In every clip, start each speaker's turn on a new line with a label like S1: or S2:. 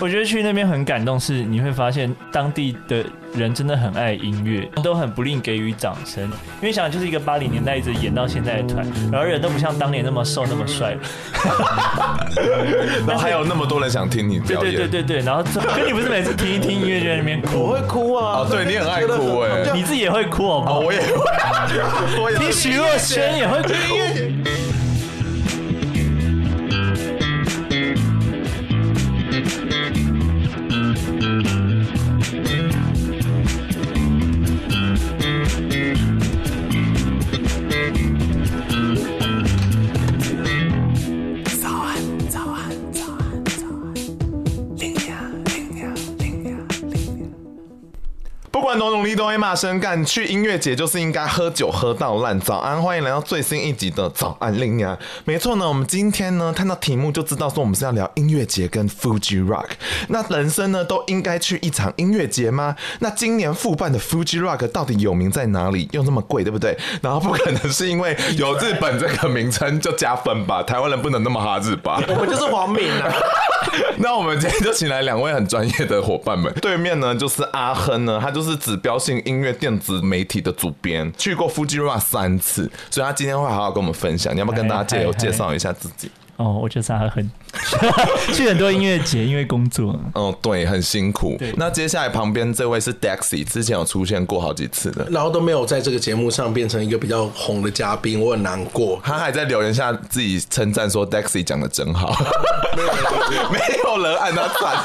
S1: 我觉得去那边很感动，是你会发现当地的人真的很爱音乐，都很不吝给予掌声。因为想就是一个八零年代一直演到现在的团，然后人都不像当年那么瘦那么帅了。
S2: 然后还 有那么多人想听你
S1: 对
S2: 表
S1: 对
S2: 演，
S1: 对对对，然后最后可你不是每次听一听音乐就在那边哭，
S3: 我会哭啊！
S2: 哦对你很爱哭哎
S1: 你自己也会哭好不
S2: 哦，
S1: 好？
S2: 我也 会，我也
S1: 听徐若瑄也会哭。
S2: 不管多努力都会骂声干。去音乐节就是应该喝酒喝到烂。早安，欢迎来到最新一集的早安令呀。没错呢，我们今天呢看到题目就知道说我们是要聊音乐节跟 Fuji Rock。那人生呢都应该去一场音乐节吗？那今年复办的 Fuji Rock 到底有名在哪里？又那么贵，对不对？然后不可能是因为有日本这个名称就加分吧？台湾人不能那么哈日吧？
S3: 我们就是黄敏啊！
S2: 那我们今天就请来两位很专业的伙伴们。对面呢就是阿亨呢，他就是指标性音乐电子媒体的主编，去过 Fuji Rock 三次，所以他今天会好好跟我们分享。你要不要跟大家介
S1: 嗨嗨
S2: 介绍一下自己？
S1: 哦，我觉得他很 去很多音乐节，因为工作。
S2: 嗯，对，很辛苦
S1: 对。
S2: 那接下来旁边这位是 Daxy，之前有出现过好几次的，
S3: 然后都没有在这个节目上变成一个比较红的嘉宾，我很难 过。
S2: 他还在留言下自己称赞说 Daxy 讲的真好，没有人按他赞，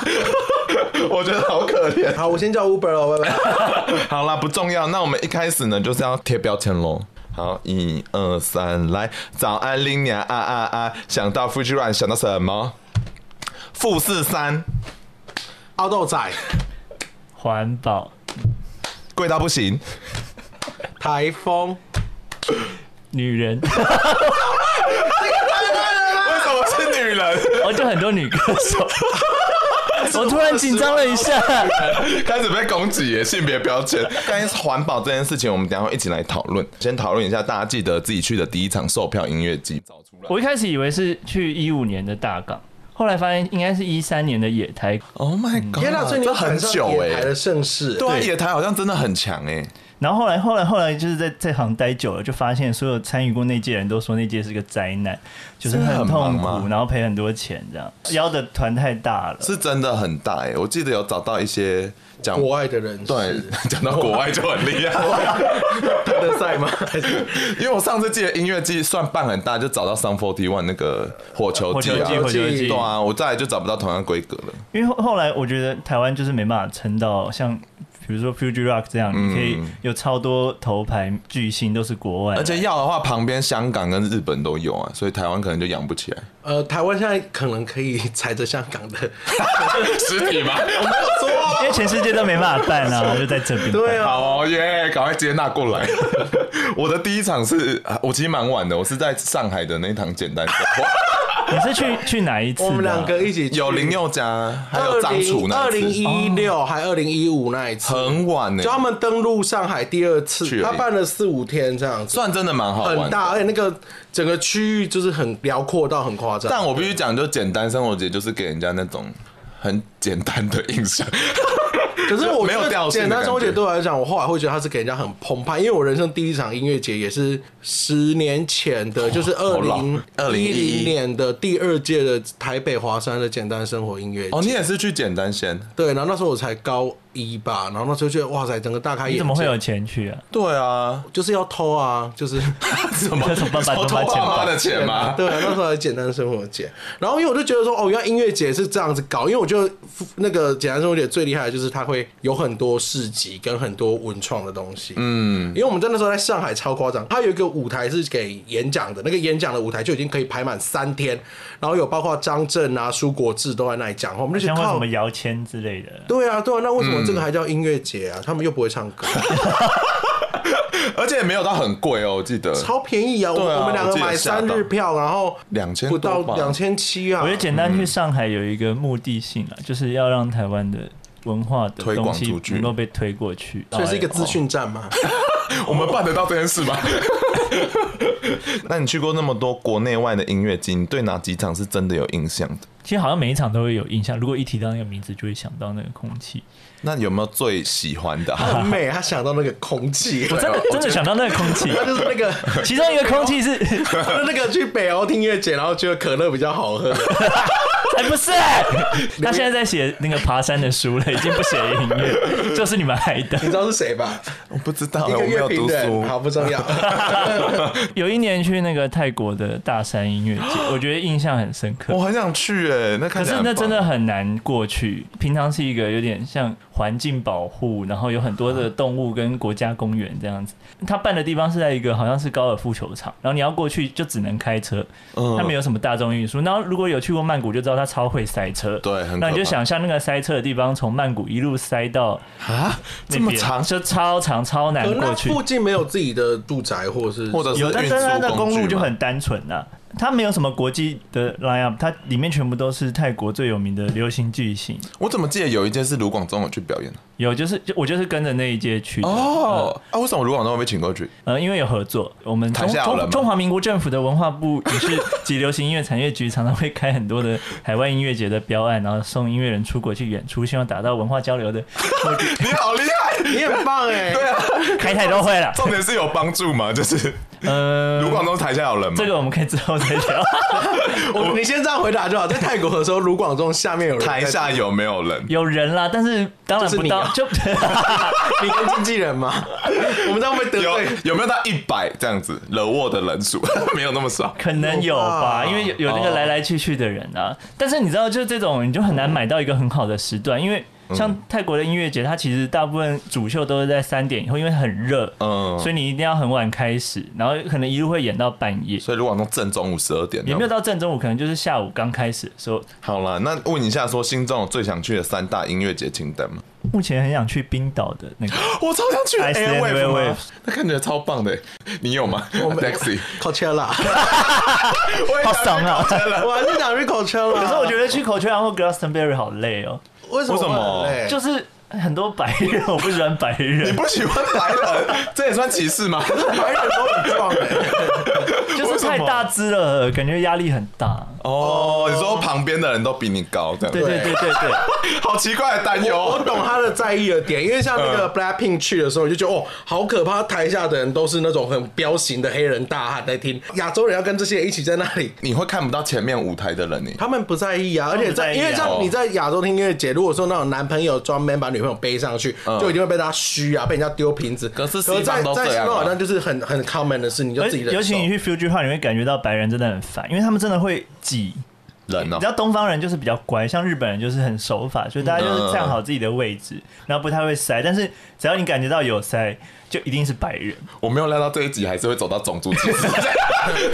S2: 我觉得好可怜。
S3: 好，我先叫 Uber 了，拜拜。
S2: 好啦，不重要。那我们一开始呢，就是要贴标签喽。好，一二三，来，早安，林娘啊啊啊！想到 Fuji Run，想到什么？富士山
S3: 奥豆仔，
S1: 环保
S2: 贵到不行，
S3: 台风，
S1: 女人，
S2: 为什么是女人？
S1: 哦，就很多女歌 手。我突然紧张了一下。
S2: 开始被攻击耶，性别标签。关于环保这件事情，我们等一下会一起来讨论。先讨论一下，大家记得自己去的第一场售票音乐季，找出来。
S1: 我一开始以为是去一五年的大港，后来发现应该是一三年的野台。
S2: Oh my god！
S3: 天啊哪，最近
S2: 这很久
S3: 哎，
S2: 哎
S3: 台，的盛世，
S2: 对啊，野台好像真的很强哎。
S1: 然后后来后来后来就是在这行待久了，就发现所有参与过那届人都说那届是个灾难，就是
S2: 真的很
S1: 痛
S2: 忙
S1: 苦，
S2: 吗
S1: 然后赔很多钱这样。邀的团太大了，
S2: 是真的很大哎、我记得有找到一些讲
S3: 国外的人士
S2: 对，讲到国外就很厉害，
S3: 他的赛吗？还是
S2: 因为我上次记得音乐季算办很大，就找到 Sun Forty One 那个火球季
S1: 火球
S2: 啊，
S1: 季火球季
S2: 对啊，我再来就找不到同样规格了。
S1: 因为后后来我觉得台湾就是没办法撑到像比如说 Fuji Rock 这样，你可以有超多头牌巨星都是国外来，
S2: 嗯而且要的话，旁边香港跟日本都有啊，所以台湾可能就养不起来。
S3: 呃，台湾现在可能可以踩着香港的，
S2: 实体吗？
S1: 因为全世界都没办法办 啊，就在这边。
S3: 对啊，
S2: 好哦耶，赶快接纳过来。 我的第一场是，啊我其实蛮晚的，我是在上海的那一场简单秀，
S1: 你是去去哪一次的啊？
S3: 我们两个一起去
S2: 有林宥嘉，还有张楚那
S3: 二零
S2: 一次，哦
S3: 一六还二零一五那一次，
S2: 很晚呢、欸
S3: 就他们登陆上海第二次
S2: 去，而
S3: 他
S2: 已
S3: 办了四五天这样子，
S2: 算真的蛮好玩的，
S3: 很大，而且那个整个区域就是很辽阔到很夸张。
S2: 但我必须讲，就简单生活节就是给人家那种很简单的印 象。
S3: 可是我
S2: 没有
S3: 觉得
S2: 调性的
S3: 简单生活节
S2: 感觉
S3: 对我来讲，我后来会觉得它是给人家很澎湃，因为我人生第一场音乐节也是十年前的，就是二
S2: 好老
S3: 零一
S2: 2011
S3: 零年的第二届的台北华山的简单生活音乐节。
S2: 哦哦，你也是去简单先
S3: 对，然后那时候我才高一吧，然后那时候觉得哇塞，整个大开眼界。
S1: 你怎么会有钱去啊？
S2: 对啊，
S3: 就是要偷啊，就是
S2: 怎么
S1: 这种办法
S2: 偷
S1: 怎么把钱
S2: 爸妈
S1: 吧
S2: 的钱 吗？
S3: 对啊，那时候还简单生活节，然后因为我就觉得说，哦，原来音乐节是这样子搞，因为我觉得那个简单生活节最厉害的就是它会有很多市集跟很多文创的东西，嗯，因为我们在那时候在上海超夸张，它有一个舞台是给演讲的，那个演讲的舞台就已经可以排满三天，然后有包括张震啊、舒国志都在那里讲话，我们就觉
S1: 像
S3: 得
S1: 为什
S3: 靠
S1: 么。摇签之类的，
S3: 对啊，对啊，那为什么这个还叫音乐节啊？他们又不会唱歌，啊
S2: 而且也没有到很贵哦，我记得
S3: 超便宜啊！我
S2: 对啊
S3: 我们两个
S2: 我记得
S3: 买
S2: 吓
S3: 三
S2: 到
S3: 日票，然后
S2: 两千
S3: 不到
S2: 多吧
S3: 两千七啊！
S1: 我觉得简单去上海有一个目的性啊，就是要让台湾的文化的
S2: 推广
S1: 东
S2: 出
S1: 西
S2: 去
S1: 能够被推过去，
S3: 所以是一个资
S1: 哦。
S3: 讯站嘛。
S2: 我们办得到这件事吗？ 那你去过那么多国内外的音乐节，你对哪几场是真的有印象的？
S1: 哦其实好像每一场都会有印象，如果一提到那个名字，就会想到那个空气。
S2: 那有没有最喜欢的啊、
S3: 很美，他想到那个空气，
S1: 我真的真的想到那个空气，
S3: 他就是那个，
S1: 其中一个空气是，
S3: 就是那个去北欧听音乐节，然后觉得可乐比较好 喝，
S1: 才哎不是、他现在在写那个爬山的书了，已经不写音乐，就是你们害的。
S3: 你知道是谁吧？
S2: 我不知道，
S3: 一
S2: 我
S3: 个
S2: 没
S3: 乐
S2: 有
S3: 评
S2: 读书
S3: 人，。好 不重要。
S1: 有一年去那个泰国的大山音乐 节，我觉得印象很深刻
S2: 我。很想去哎、那
S1: 可
S2: 看起来
S1: 是
S2: 很
S1: 那
S2: 棒
S1: 真的很难过去。平常是一个有点像环境保护，然后有很多的动物跟国家公园这样子。他办的地方是在一个好像是高尔夫球场，然后你要过去就只能开车，
S2: 嗯
S1: 他没有什么大众运输。然后如果有去过曼谷就知道他超会塞车，
S2: 对很可怕
S1: 那你就想象那个塞车的地方从曼谷一路塞到
S2: 啊，
S1: 那
S2: 这么
S1: 边
S2: 长，
S1: 就超长超难
S3: 可
S1: 过
S3: 那
S1: 去。
S3: 附近没有自己的住宅，或是
S2: 或者是
S1: 有，但但是它
S2: 运
S1: 的
S2: 输
S1: 公
S2: 具
S1: 路
S2: 嘛
S1: 就很单纯呐、它没有什么国际的 line up，它里面全部都是泰国最有名的流行巨星。
S2: 我怎么记得有一件是卢广仲有去表演的
S1: 有，就是就我就是跟着那一届去的，
S2: 哦、啊？为什么卢广仲会被请过去？
S1: 呃，因为有合作，我们
S2: 台
S1: 中
S2: 下有人
S1: 中
S2: 吗
S1: 中华民国政府的文化部影视及流行音乐产业局常常会开很多的海外音乐节的标案，然后送音乐人出国去演出，希望达到文化交流的，
S2: 你好厉害！
S3: 你很棒哎，
S1: 开台都会了。
S2: 重点是有帮助吗？就是
S1: 呃，
S2: 卢广仲台下有人吗？
S1: 这个我们可以之后再聊。
S3: 我你先这样回答就好。在泰国的时候，卢广仲下面 有人在
S2: 台下有没有人？
S1: 有人啦，但是当然
S3: 就是
S1: 不
S3: 你
S1: 到
S3: 啊
S1: 就
S3: 你跟经纪人吗？我们这样会得
S2: 有
S3: 罪。
S2: 有没有到一百这样子惹沃的人数？ 没有那么少。
S1: 可能有吧，
S3: 有吧
S1: 因为有有那个来来去去的人啊。但是你知道，就是这种你就很难买到一个很好的时段，因为
S2: 嗯
S1: 像泰国的音乐节，它其实大部分主秀都是在三点以后，因为很热，
S2: 嗯，
S1: 所
S2: 所
S1: 以
S2: 以
S1: 你一定要很晚开始，然后可能一路会演到半夜，
S2: 卢广仲正中午十二点。
S1: 也没有到正中午，可能就是下午刚开始的时候。
S2: 好了，那问一下，说心中有最想去的三大音乐节清单吗？
S1: 目前很想去冰岛的那个，
S2: 我超想去
S1: Iceland
S2: Airwave，吗
S1: Airwaves
S2: 那看起来超棒的。你有吗
S3: 我们
S2: ？Taxi，
S3: Coachella，
S2: 我也
S1: 好
S2: 想去
S1: 爽啊！
S3: 我还是想去 Coachella。
S1: 可
S3: 可
S1: 是我觉得去 Coachella 或 Glastonbury 好累哦，
S3: 为什么
S2: 为什么
S3: 会很累
S1: 就是很多白人，我不喜欢白
S2: 哎 你
S1: 人，
S2: 不喜欢白 人，这也算歧视吗？
S3: 白人都很壮哎？
S1: 欸就是太大只了，感觉压力很大。
S2: 哦，你说旁边的人都比你高，这样
S1: 对对对对对。
S2: 好奇怪的担
S3: 哦我
S2: 忧。
S3: 懂他的在意的点，因为像那个 Blackpink 去的时候，你就觉得哦，好可怕！台下的人都是那种很彪形的黑人大汉在听，亚洲人要跟这些人一起在那里。
S2: 你会看不到前面舞台的人欸呢。
S3: 他们不在意啊，而且
S1: 他们不在
S3: 在、
S1: 意啊
S3: 因为像你在亚洲听音乐节，如果说那种男朋友装 man 把女朋友背上去，就一定会被他虚啊，被人家丢瓶子。
S2: 可是西
S3: 可在
S2: 方都
S3: 在
S2: 这
S3: 西
S2: 样啊
S3: 方好像就是很很 common 的事，你就
S1: 而
S3: 自己
S1: 哎尤
S3: 忍受
S1: 其。你去 Future 话，你会感觉到白人真的很烦，因为他们真的会挤。
S2: 人
S1: 你
S2: 哦
S1: 知，道东方人就是比较乖，像日本人就是很守法，所以大家就是站好自己的位
S3: 嗯
S1: 置，然后不太会塞。但是只要你感觉到有塞，就一定是白人。
S2: 我没有料到这一集还是会走到种族歧 视。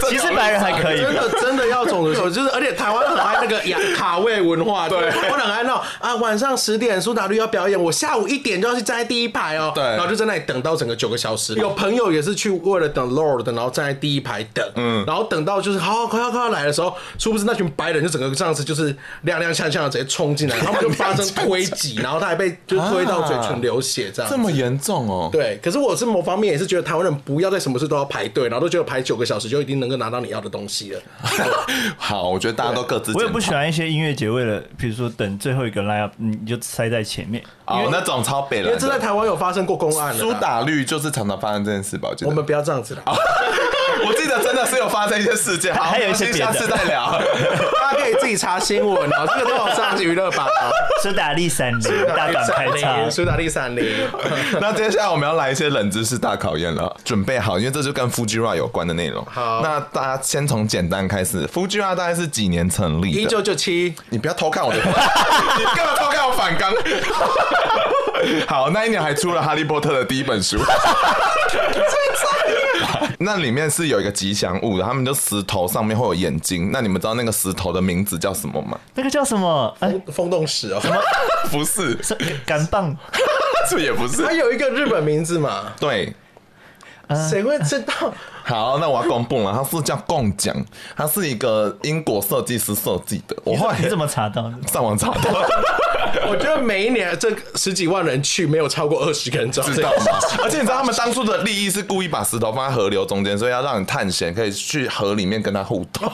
S1: 其实白人还可以
S3: 真，的真的要种族， 就是而且台湾很爱那个亚卡位文化，对，我很爱那种啊，晚上十点苏打绿要表演，我下午一点就要去站在第一排哦，
S2: 对
S3: 然后就在那里等到整个九个小时。有朋友也是去为了等 Lord，然后站在第一排等，嗯，然后等到就是好快要快要来的时候，殊不知那群白人就整个这样子就是踉踉跄跄的直接冲 进来，然后他们就发生推 挤，然后他还被就是推到嘴唇流血啊这样子
S2: 这么严重哦？
S3: 对，可是我是某方面也是觉得台湾人不要在什么事都要排队，然后都觉得排九个小时就一定能够拿到你要的东西了。
S2: 好，我觉得大家都各自。
S1: 我也不喜。欢一些音乐节为了，比如说等最后一个 line up，你就塞在前 面。
S2: 哦，那种超北
S3: 因为
S2: 人
S3: 这在
S2: 的。
S3: 台湾有发生过公案了
S2: 苏
S3: 啦。
S2: 打绿就是常常发生这件事吧？我记得。
S3: 我们不要这样子啦，
S2: 我记得真的是有发生一些事件，好，
S1: 还有一些
S2: 我们
S1: 别的
S2: 下次再聊。
S3: 大家可以自己己查新闻哦，这个都有上娱乐版哦。
S1: 苏打绿三零大港开唱，
S3: 苏打绿三零，
S2: 那接下来我们要来一些冷知识大考验了，准备好，因为这就跟 Fujiwara 有关的内容。
S3: 好
S2: 那大家先从简单开始。Fujiwara 大概是几年成立的？
S3: 一九九七，
S2: 你不要偷 看我的，你干嘛偷看我反纲？好，那一年还出了《哈利波特》的第一本书， 那里面是有一个吉祥物的，他们就石头上面会有眼睛。那你们知道那个石头的名字叫什么吗？
S1: 那个叫什么？哎，
S3: 风动史哦，
S2: 不是，
S1: 是干棒，
S2: 这也不是
S3: 它。有一个日本名字嘛，
S2: 对，
S1: 啊
S3: 谁会知道？
S2: 好，那我要公布了，它是叫共奖，它是一个英国设计师设计的。我后来
S1: 你怎么查到 的？
S2: 上网查 到，
S3: 我觉得每一年这十几万人去，没有超过二十个人知道这
S2: 知
S3: 个
S2: 道吗？啊而且你知道他们当初的利益是故意把石头放在河流中间，所以要让你探险，可以去河里面跟它互 动。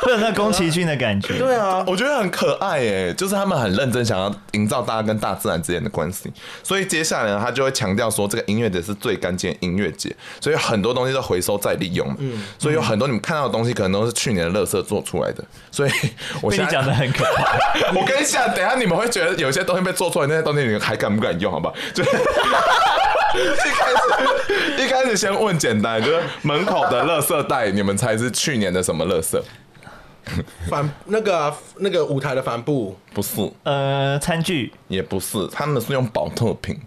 S1: 会有那宫崎骏的感觉。
S3: 对啊，
S2: 我觉得很可爱耶，就是他们很认真想要营造大家跟大自然之间的关系，所以接下来呢，他就会强调说这个音乐节是最干净的音乐节，所以很多东西都回收再利用嘛。
S1: 嗯
S2: 所以有很多你们看到的东西可能都是去年的垃圾做出来的，所以我
S1: 被你
S2: 现在
S1: 讲的很可怕，
S2: 我跟你讲，等一下你们会觉得有些东西被做出来，那些东西你们还敢不敢用？好 吧，就是一开始一开始先问简单，就是门口的垃圾袋，你们猜是去年的什么垃圾？
S3: 帆那个啊那个舞台的帆布
S2: 不是，
S1: 呃，餐具
S2: 也不是，他们是用保特瓶，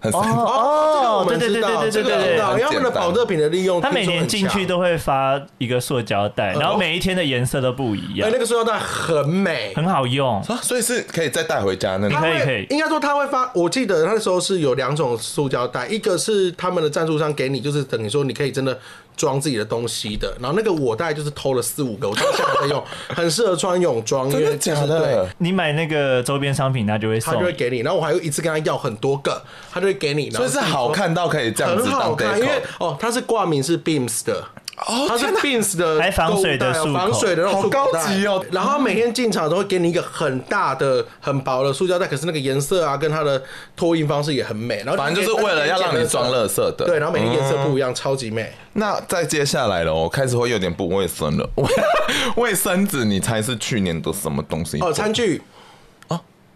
S2: 很神奇。
S1: 哦
S3: 这
S1: 对对
S3: 个
S1: 对
S3: 我
S1: 对
S3: 们知
S1: 对
S3: 道这个
S1: 对
S3: 我知道
S1: 对，
S3: 因为他们的保乐瓶的利用，
S1: 他每年
S3: 听
S1: 进
S3: 说很强呃哦
S1: 去。都会发一个塑胶袋，然后每一天的颜色都不一
S3: 哎
S1: 样，，
S3: 那个塑料袋很美，
S1: 很好用。
S2: 啊，所以是可以再带回家那种。
S3: 它
S1: 可以
S3: 会
S1: 可以
S3: 应该说它会发。我记得那时候是有两种塑胶袋，一个是他们的赞助商给你，就是等于说你可以真的装自己的东西的。然后那个我袋就是偷了四五个，我到现在还在 用，很适合穿泳装，因
S2: 真
S3: 为
S2: 的
S3: 就
S2: 假
S3: 是对。
S2: 的？
S1: 你买那个周边商品，他就会
S3: 他
S1: 送
S3: 就。会给你，然后我还会一次跟他要很多个，他就会给你，然
S2: 所
S3: 后
S2: 以是好看到可以这样子
S3: 很好
S2: 当 d
S3: 看，因
S2: e
S3: 为哦，它是挂名是 Beams 的，
S2: 哦
S3: 它是 Beams 的，哦
S1: 还防水的漱口
S3: 防水的那种
S2: 好高
S3: 漱口袋
S2: 级哦
S3: 然后它每天进场都会给你一个很大的、很薄的塑胶袋，可是那个颜色啊，跟它的脱印方式也很美。然后
S2: 反正就是为了要让你装嗯垃圾的
S3: 对，然后每天颜色不一样，超级美。
S2: 那再接下来了，我开始会有点不卫生了。 卫生纸，你猜是去年的什么东西？
S3: 哦，餐具，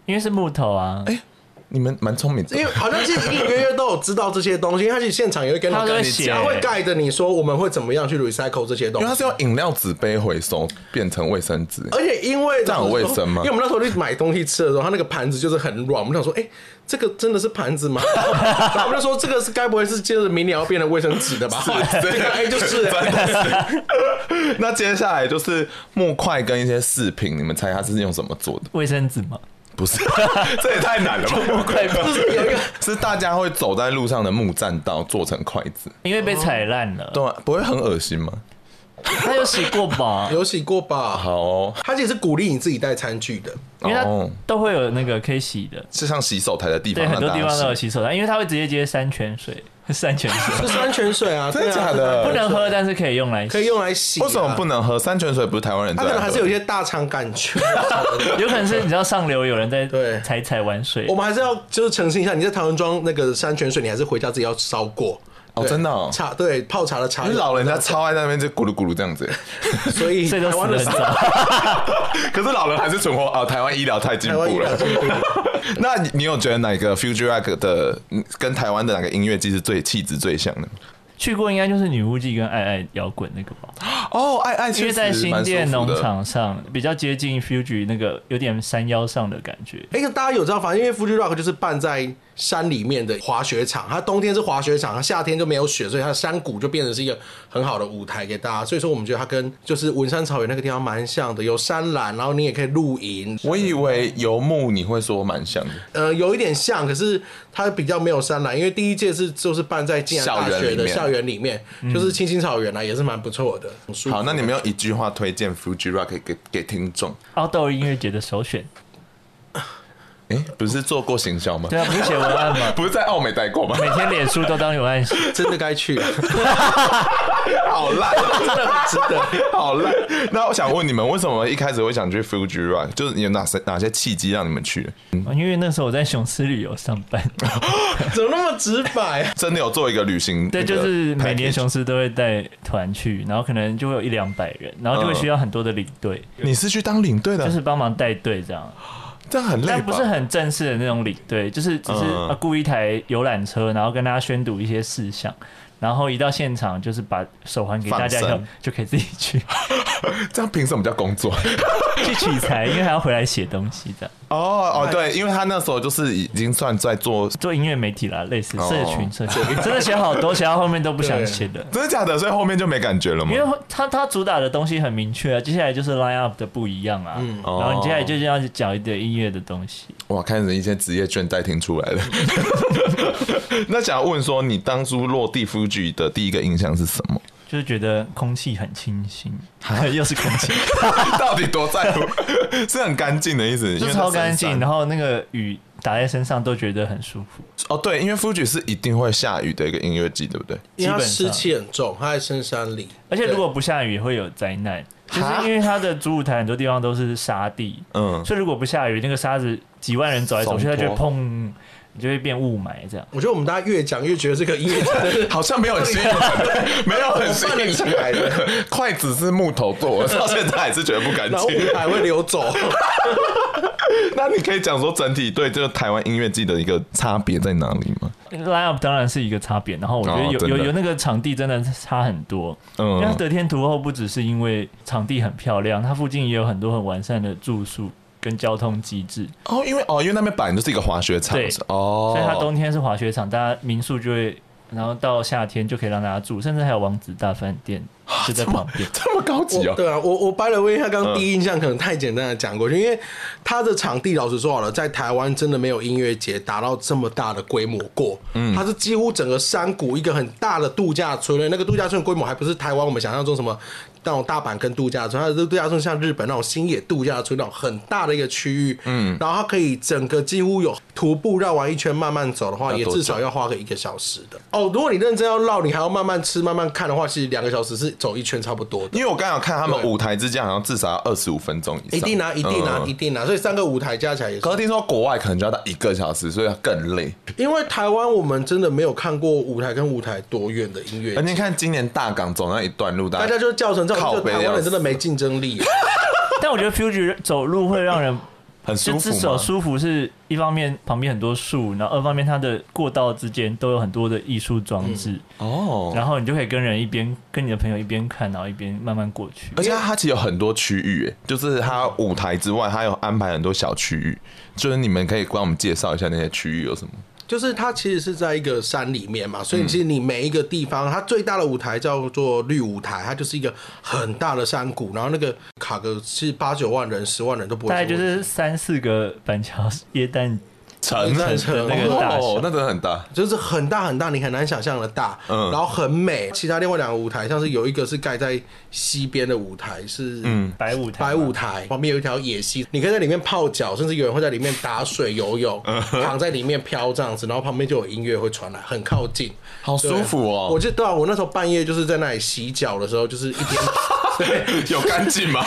S1: 因为是木头啊，
S2: 你们蛮聪明的
S3: 因。为好像是一个月都有知道这些东西，因为他去现场也会跟你
S1: 他都会
S3: 跟你
S1: 写
S3: 讲他会盖着你说我们会怎么样去 recycle 这些东
S2: 因为它
S3: 西
S2: 是。用饮料纸杯回收变成卫生 纸，
S3: 而且因为
S2: 这样有卫生吗
S3: 因为我们那时候去买东西吃的时候，它那个盘子就是很软，我们想说，哎、这个真的是盘子吗？ 然后我们就说，这个是该不会是就是明年要变成卫生纸的吧？ 这个 哎、就是、
S2: 那接下来就是木块跟一些饰品，你们猜它是用什么做的？
S1: 卫生纸嘛，
S2: 不是， 这也太难 了吧！木块
S3: 就是有一个
S2: 是大家会走在路上的木栈道做成筷子，
S3: 哦
S1: 因为被踩烂了，
S2: 对、啊，不会很恶心吗？
S1: 他有洗过 吧？
S3: 有洗过吧？
S2: 好、哦，
S3: 它其实是鼓励你自己带餐 具的，
S1: 因为它
S2: 哦
S1: 都会有那个可以洗的，
S2: 是像洗手台的地方，
S3: 哦
S1: 对，很多
S2: 让大
S1: 地
S2: 家
S1: 方都有
S2: 洗。
S1: 洗手台，因为它会直接接山泉水，山泉 水
S3: 是山泉水啊，
S2: 真的
S3: 对啊
S2: 假的
S1: 不能喝，但是可以用来
S3: 可以
S1: 洗，
S3: 用来洗、啊
S2: 为什么不？能喝？山泉水不是台湾人
S3: 它
S2: 最爱喝的，
S3: 可能还是有一些大肠杆菌。
S1: 有可能是你知道上流有人在
S3: 对
S1: 踩踩玩水
S3: 我，们还是要就是澄清一下，你在台湾装那个山泉水，你还是回家自己要烧过。
S2: 哦
S3: 对
S2: 真的哦
S3: 茶对泡茶的茶
S2: 因为老人家超爱在那边就咕噜咕噜这样子，
S3: 所以
S1: 所以都
S3: 台
S1: 死
S3: 湾的
S1: 得很
S3: 山
S1: 早。
S2: 可是老人还是存活啊、哦台湾医疗太进
S3: 台湾
S2: 步
S3: 医疗
S2: 了。
S3: 进步
S2: 那你你有觉得哪个 Future Rock 的嗯跟台湾的哪个音乐季是最气质最像的？
S1: 去过应该就是女巫记跟爱爱摇滚那个吧，
S2: 哦，爱爱
S1: 因
S2: 确
S1: 为
S2: 实
S1: 在新
S2: 蛮舒
S1: 店
S2: 服
S1: 农
S2: 的，
S1: 场上比较接近 Fuji 那个有点山腰上的感觉。
S3: 哎、大家有知道，反正因为 Fuji Rock 就是办在山里面的滑雪场，它冬天是滑雪场，它夏天就没有雪，所以它的山谷就变成是一个很好的舞台给大家。所以说，我们觉得它跟就是文山草原那个地方蛮像的，有山岚，然后你也可以露营，
S2: 我以为游牧你会说蛮像的，
S3: 呃，有一点像，可是它比较没有山岚，因为第一届是就是办在暨南大
S2: 校园
S3: 学
S2: 里
S3: 的
S2: 面
S3: 校园里面，就是青青草原啊，也是蛮不错的。很舒服
S2: 好，那你们用一句话推荐 Fuji Rock 给给给听众？
S1: 奥豆音乐节的首选，
S2: 哎，不是做过行销吗？
S1: 对啊，不是写文案吗？
S2: 不是在澳美待过吗？
S1: 每天脸书都当文案写，
S3: 真的该去了，
S2: 好烂，真的
S3: 值得。
S2: 好烂。那我想问你们，为什么一开始会想去 Fuji Run？就是有哪些哪些契机让你们去？
S1: 因为那时候我在雄狮旅游上 班，
S3: 怎么那么直白啊？
S2: 真的有做一个旅行？
S1: 对，
S2: 那个
S1: 就是每年
S2: package
S1: 雄狮都会带团去，然后可能就会有一两百人，然
S2: 嗯
S1: 后就会需要很多的领队，
S2: 你是去当领队的，
S1: 就是帮忙带队这样，
S2: 这样很嗯累吧？
S1: 但不是很正式的那种领队，就是只是
S2: 嗯
S1: 呃雇一台游览车，然后跟大家宣读一些事项。然后一到现场，就是把手环给大家以后
S2: 放生，
S1: 就可以自己去
S2: 这样，凭什么叫工作？
S1: 去取材，因为还要回来写东西的，
S2: 哦哦， 对，因为他那时候就是已经算在做，
S1: 做音乐媒体啦，类似
S2: 哦
S1: 社群社群，真的写好多，写到后面都不想
S3: 对
S1: 写的。
S2: 真的假的？所以后面就没感觉了吗
S1: 因？为他他主打的东西很明确啊，接下来就是 line up 的不一样啊，
S2: 嗯
S1: 然后你接下来就是要去讲一点音乐的东西。
S2: 哇，开始一些职业倦怠听出 来了。那想要问说，你当初落地 Fuji 的第一个印象是什么？
S1: 就是觉得空气很清新， 又是空 气，
S2: 到底多在乎？ 是很干净的意思，
S1: 就
S2: 因为
S1: 超
S2: 在
S1: 干
S2: 深山
S1: 净，然后那个雨打在身上都觉得很舒服。
S2: 哦，对，因为 Fuji 是一定会下雨的一个音乐季，对不对？
S3: 因为它
S1: 基本上
S3: 湿气很重，它在深山里，
S1: 而且如果不下雨会有灾难，就是因为它的主舞台很多地方都是沙地，
S2: 嗯，
S1: 所以如果不下雨，那个沙子几万人走来走去，它
S2: 松
S1: 就
S2: 脱
S1: 会砰，你就会变雾霾这样。
S3: 我觉得我们大家越讲越觉得这个音 乐真的
S2: 好像没有很吸引 人，没有很吸
S3: 我放得
S2: 引
S3: 起来
S2: 人
S3: 的。
S2: 筷子是木头做，我到现在还是觉得不干
S3: 然后
S2: 净
S3: 舞。台会流走。
S2: 那你可以讲说整体对这个台湾音乐季的一个差别在哪里吗？
S1: line up 当然是一个差别，然后我觉得
S2: 哦
S1: 有、
S2: 真的
S1: 有有那个场地真的差很多，因为它
S2: 嗯，
S1: 得天独厚不只是因为场地很漂亮，它附近也有很多很完善的住宿跟交通机制，
S2: 哦，因为哦，因为那边本来就是一个滑雪场
S1: 对，
S2: 是哦，
S1: 所以它冬天是滑雪场，大家民宿就会，然后到夏天就可以让大家住，甚至还有王子大饭店就 在旁边。
S2: 这么高级嗯
S3: 我
S2: 哦，
S3: 对啊，我我掰了问一下，刚刚第一印象可能太简单的讲过去，因为它的场地老实说好了，在台湾真的没有音乐节达到这么大的规模过。嗯，它是几乎整个山谷一个很大的度假村那个度假村的规模还不是台湾我们想象中什么那种大阪跟度假村，它的度假村像日本那种星野度假村那种很大的一个区域。嗯，然后它可以整个几乎有徒步绕完一圈慢慢走的话，
S2: 要
S3: 也
S2: 多
S3: 至少
S2: 久
S3: 要花个一个小时的。哦，如果你认真要绕，你还要慢慢吃慢慢看的话，其实两个小时是走一圈差不多的。
S2: 因为我刚刚有看他们
S3: 对
S2: 舞台之间好像至少要二十五分钟以上，
S3: 一定啊，一定啊，
S2: 嗯
S3: 一定啊！所以三个舞台加起来也是
S2: 可，是听说国外可能就要到一个小时，所以更累。
S3: 因为台湾我们真的没有看过舞台跟舞台多远的音乐
S2: 而
S3: 节，
S2: 且看今年大港走那一段路，
S3: 大
S2: 大
S3: 家就叫哦成这种，
S2: 靠
S3: 就
S2: 北
S3: 台
S2: 要
S3: 湾
S2: 死
S3: 人真的没竞争力。啊
S2: 啊
S1: 但我觉得 Future 走路会让人
S2: 很
S1: 就
S2: 舒
S1: 至
S2: 服
S1: 少
S2: 吗？
S1: 舒服是一方面，旁边很多树，然后二方面它的过道之间都有很多的艺术装置。
S2: 哦，
S1: 然后你就可以跟人一边跟你的朋友一边看，然后一边慢慢过去。
S2: 而且它其实有很多区域，诶就是它舞台之外，它有安排很多小区域，就是你们可以帮我们介绍一下那些区域有什么？
S3: 就是它其实是在一个山里面嘛，所以其实你每一个地方，它最大的舞台叫做绿舞台，它就是一个很大的山谷，然后那个卡个是八九万人、十万人都
S2: 嗯
S3: 不会
S1: 大
S3: 问
S1: 概
S3: 题，
S1: 就是三四个板桥椰蛋，
S2: 城
S3: 那
S1: 城那个大小
S2: 哦，那真的很大。
S3: 就是很大很大，你很难想象的大，
S2: 嗯
S3: 然后很美。其他另外两个舞台，像是有一个是盖在西边的舞台，是
S2: 嗯
S1: 白舞台嘛，
S3: 白舞台旁边有一条野溪，你可以在里面泡脚，甚至有人会在里面打水游泳，
S2: 嗯
S3: 躺在里面飘这样子，然后旁边就有音乐会传来，很靠近，
S2: 好舒服哦
S3: 对我记得、对啊，我那时候半夜就是在那里洗脚的时候，就是一 边。啊
S2: 有干净吗？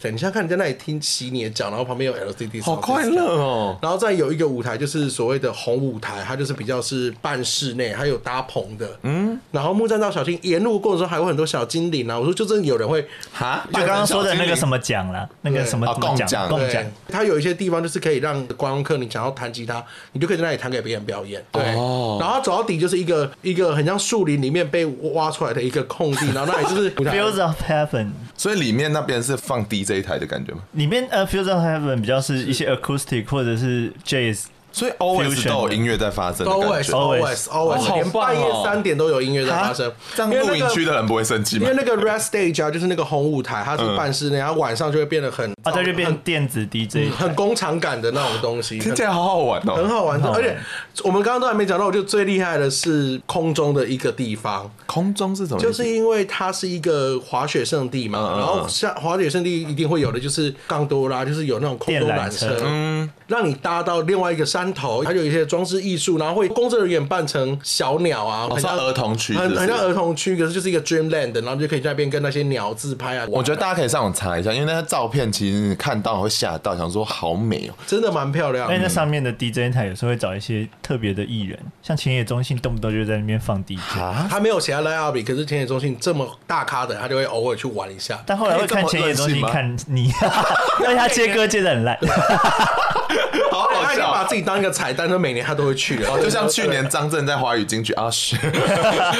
S3: 对，你想想看你在那里听洗你的脚，然后旁边有 LCD，
S2: 好快乐哦！
S3: 然后再有一个舞台，就是所谓的红舞台，它就是比较是半室内，还有搭棚的。嗯，然后木栈道小径沿路过的时候，还有很多小精灵啊。我说，就真的有人会
S2: 哈，
S1: 就刚刚说的那个什
S2: 么，
S1: 么奖啦，那个什么
S2: 对
S1: 什么
S2: 啊
S1: 奖，
S2: 共
S1: 共奖
S3: 对，，它有一些地方就是可以让观光客，你想要弹吉他，你就可以在那里弹给别人表演。对，
S2: 哦
S3: 然后它走到底就是一个一个很像树林里面被挖出来的一个空地，然后那里就是
S2: 啊
S3: 舞台
S1: Fields of Heaven
S2: 所以里面那边是放 DJ 台的感觉吗？
S1: 里面呃 Fields of Heaven 比较是一些 acoustic 或者是 jazz
S2: 所以 always 都有音乐在发生的感
S3: always
S2: 觉。
S3: always
S2: 哦好
S3: always，连半夜
S2: 棒哦
S3: 三点都有音乐在发生
S2: 啊，这样
S3: 因为
S2: 露
S3: 那
S2: 营
S3: 个
S2: 区的人不会生气
S3: 因
S2: 吗
S3: 为？那个 rest stage 啊，就是那个红舞台，它是办室内，然后晚上就会变得很
S2: 哦
S1: 啊，它就变电子 DJ，
S3: 很工厂感的那种东西，
S2: 听起来好好玩哦，
S3: 很好玩的。
S1: 很好
S3: 而
S1: 玩
S3: 且我们刚刚都还没讲到，我觉得最厉害的是空中的一个地方，
S2: 空中是什么意
S3: 就
S2: 思？
S3: 是因为它是一个滑雪圣地嘛，
S2: 嗯嗯
S3: 然后像滑雪圣地一定会有的就是杠多拉，就是有那种空中
S1: 电
S3: 缆
S1: 缆车
S3: 车，嗯，让你搭到另外一个山头，它有一些装置艺术，然后会工作人员扮成小鸟啊，
S2: 哦
S3: 很
S2: 是
S3: 像
S2: 儿童区是
S3: 很
S2: 不是
S3: 很像儿童区，可是就是一个 dreamland，然后你就可以在那边跟那些鸟自拍啊，
S2: 我觉得大家可以上网查一下，因为那些照片其实你看到会吓到，想说好美哦。
S3: 真的蛮漂亮嗯
S1: 而且
S3: 的。
S1: 那上面的 DJ 台有时候会找一些特别的艺人，像前野中心动不动就在那边放 DJ，
S2: 啊，
S3: 他没有其他 line up，可是田野中心这么大咖的，他就会偶尔去玩一下。
S1: 但后来会看前野中心看你， 因为他接歌接的很烂，
S2: 好
S3: 他
S2: 好
S3: 已经把
S2: 笑。
S3: 自己当一个彩蛋，说每年他都会去了。
S2: 哦，就像去年张震在华语金曲啊，是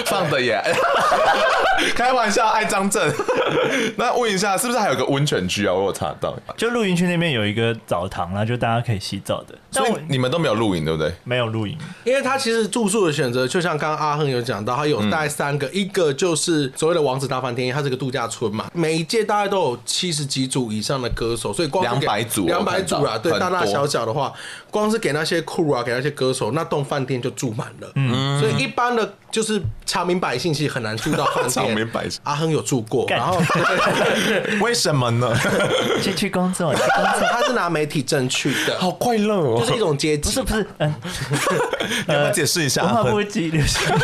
S2: 放的耶， 开玩笑，爱张震。 那问一下，是不是还有个温泉区啊？我有查到，
S1: 就露营区那边有一个澡堂啦，就大家可以洗澡的，但
S2: 所以
S1: 我
S2: 你们都没有露营，对不对？
S1: 没有露营，
S3: 因为他其实住宿的选择，就像刚刚阿亨有讲到，他
S2: 嗯
S3: 有大概三个，一个就是所谓的王子大饭店，因为它是个度假村嘛，每一届大概都有七十几组以上的歌手，所以光
S2: 200组
S3: 两
S2: 我
S3: 百
S2: 看到
S3: 组啦，对，
S2: 很
S3: 大
S2: 多
S3: 大小小的话，光是给那些酷啊，给那些歌手，那栋饭店就住满了，嗯，所以一般的就是常民百姓其实很难住到饭店，
S2: 常民百姓
S3: 阿亨有住过，
S1: 干
S3: 然后
S2: 为什么呢？
S1: 先去工作，去工作
S3: 他是拿媒体证去 的，
S2: 好快乐哦！
S3: 就是一种阶级，
S1: 不是不是，嗯，
S2: 你要不要解释一下？
S1: 文化部记流行。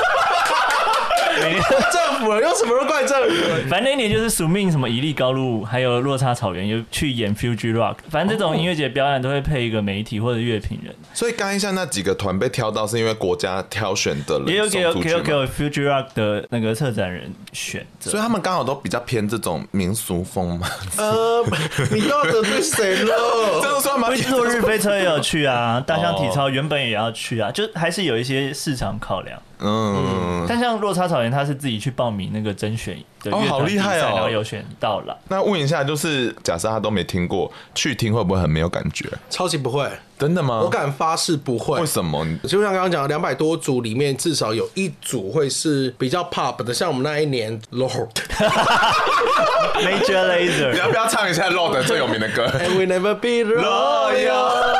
S1: 每 年
S3: 政府了，用什么都怪政府了。
S1: 反正那一年就是署命什么一粒高露，还有落差草原，有去演 Fuji Rock。反正这种音乐节表演都会配一个媒体或者乐评人，
S2: 所以刚一下那几个团被挑到，是因为国家挑选的人
S1: 也有给有
S2: 送出
S1: 给
S2: 去
S1: 有
S2: 吗
S1: 给有 Fuji Rock 的那个策展人选
S2: 所以
S1: 择。
S2: 他们刚好都比较偏这种民俗风嘛。
S3: 呃，你又得罪谁
S2: 这
S3: 了？
S2: 样说蛮
S1: 落日飞车也有去
S2: 哦
S1: 啊，大象体操原本也要去啊，就还是有一些市场考量。
S2: 嗯，
S1: 但像落差草原，他是自己去报名那个甄选的乐
S2: 哦
S1: 团
S2: 好厉害
S1: 比
S2: 哦
S1: 赛然后有选到了。
S2: 那问一下，就是假设他都没听过，去听会不会很没有感觉？
S3: 超级不会，
S2: 真的吗？
S3: 我敢发誓不会
S2: 为。什么？
S3: 就像刚刚讲，两百多组里面至少有一组会是比较 pop 的，像我们那一年 Lord 、
S1: Major
S2: 你
S1: Laser
S2: 要不要唱一下 Lord 最有名的 歌？
S3: And We Never Be Royal。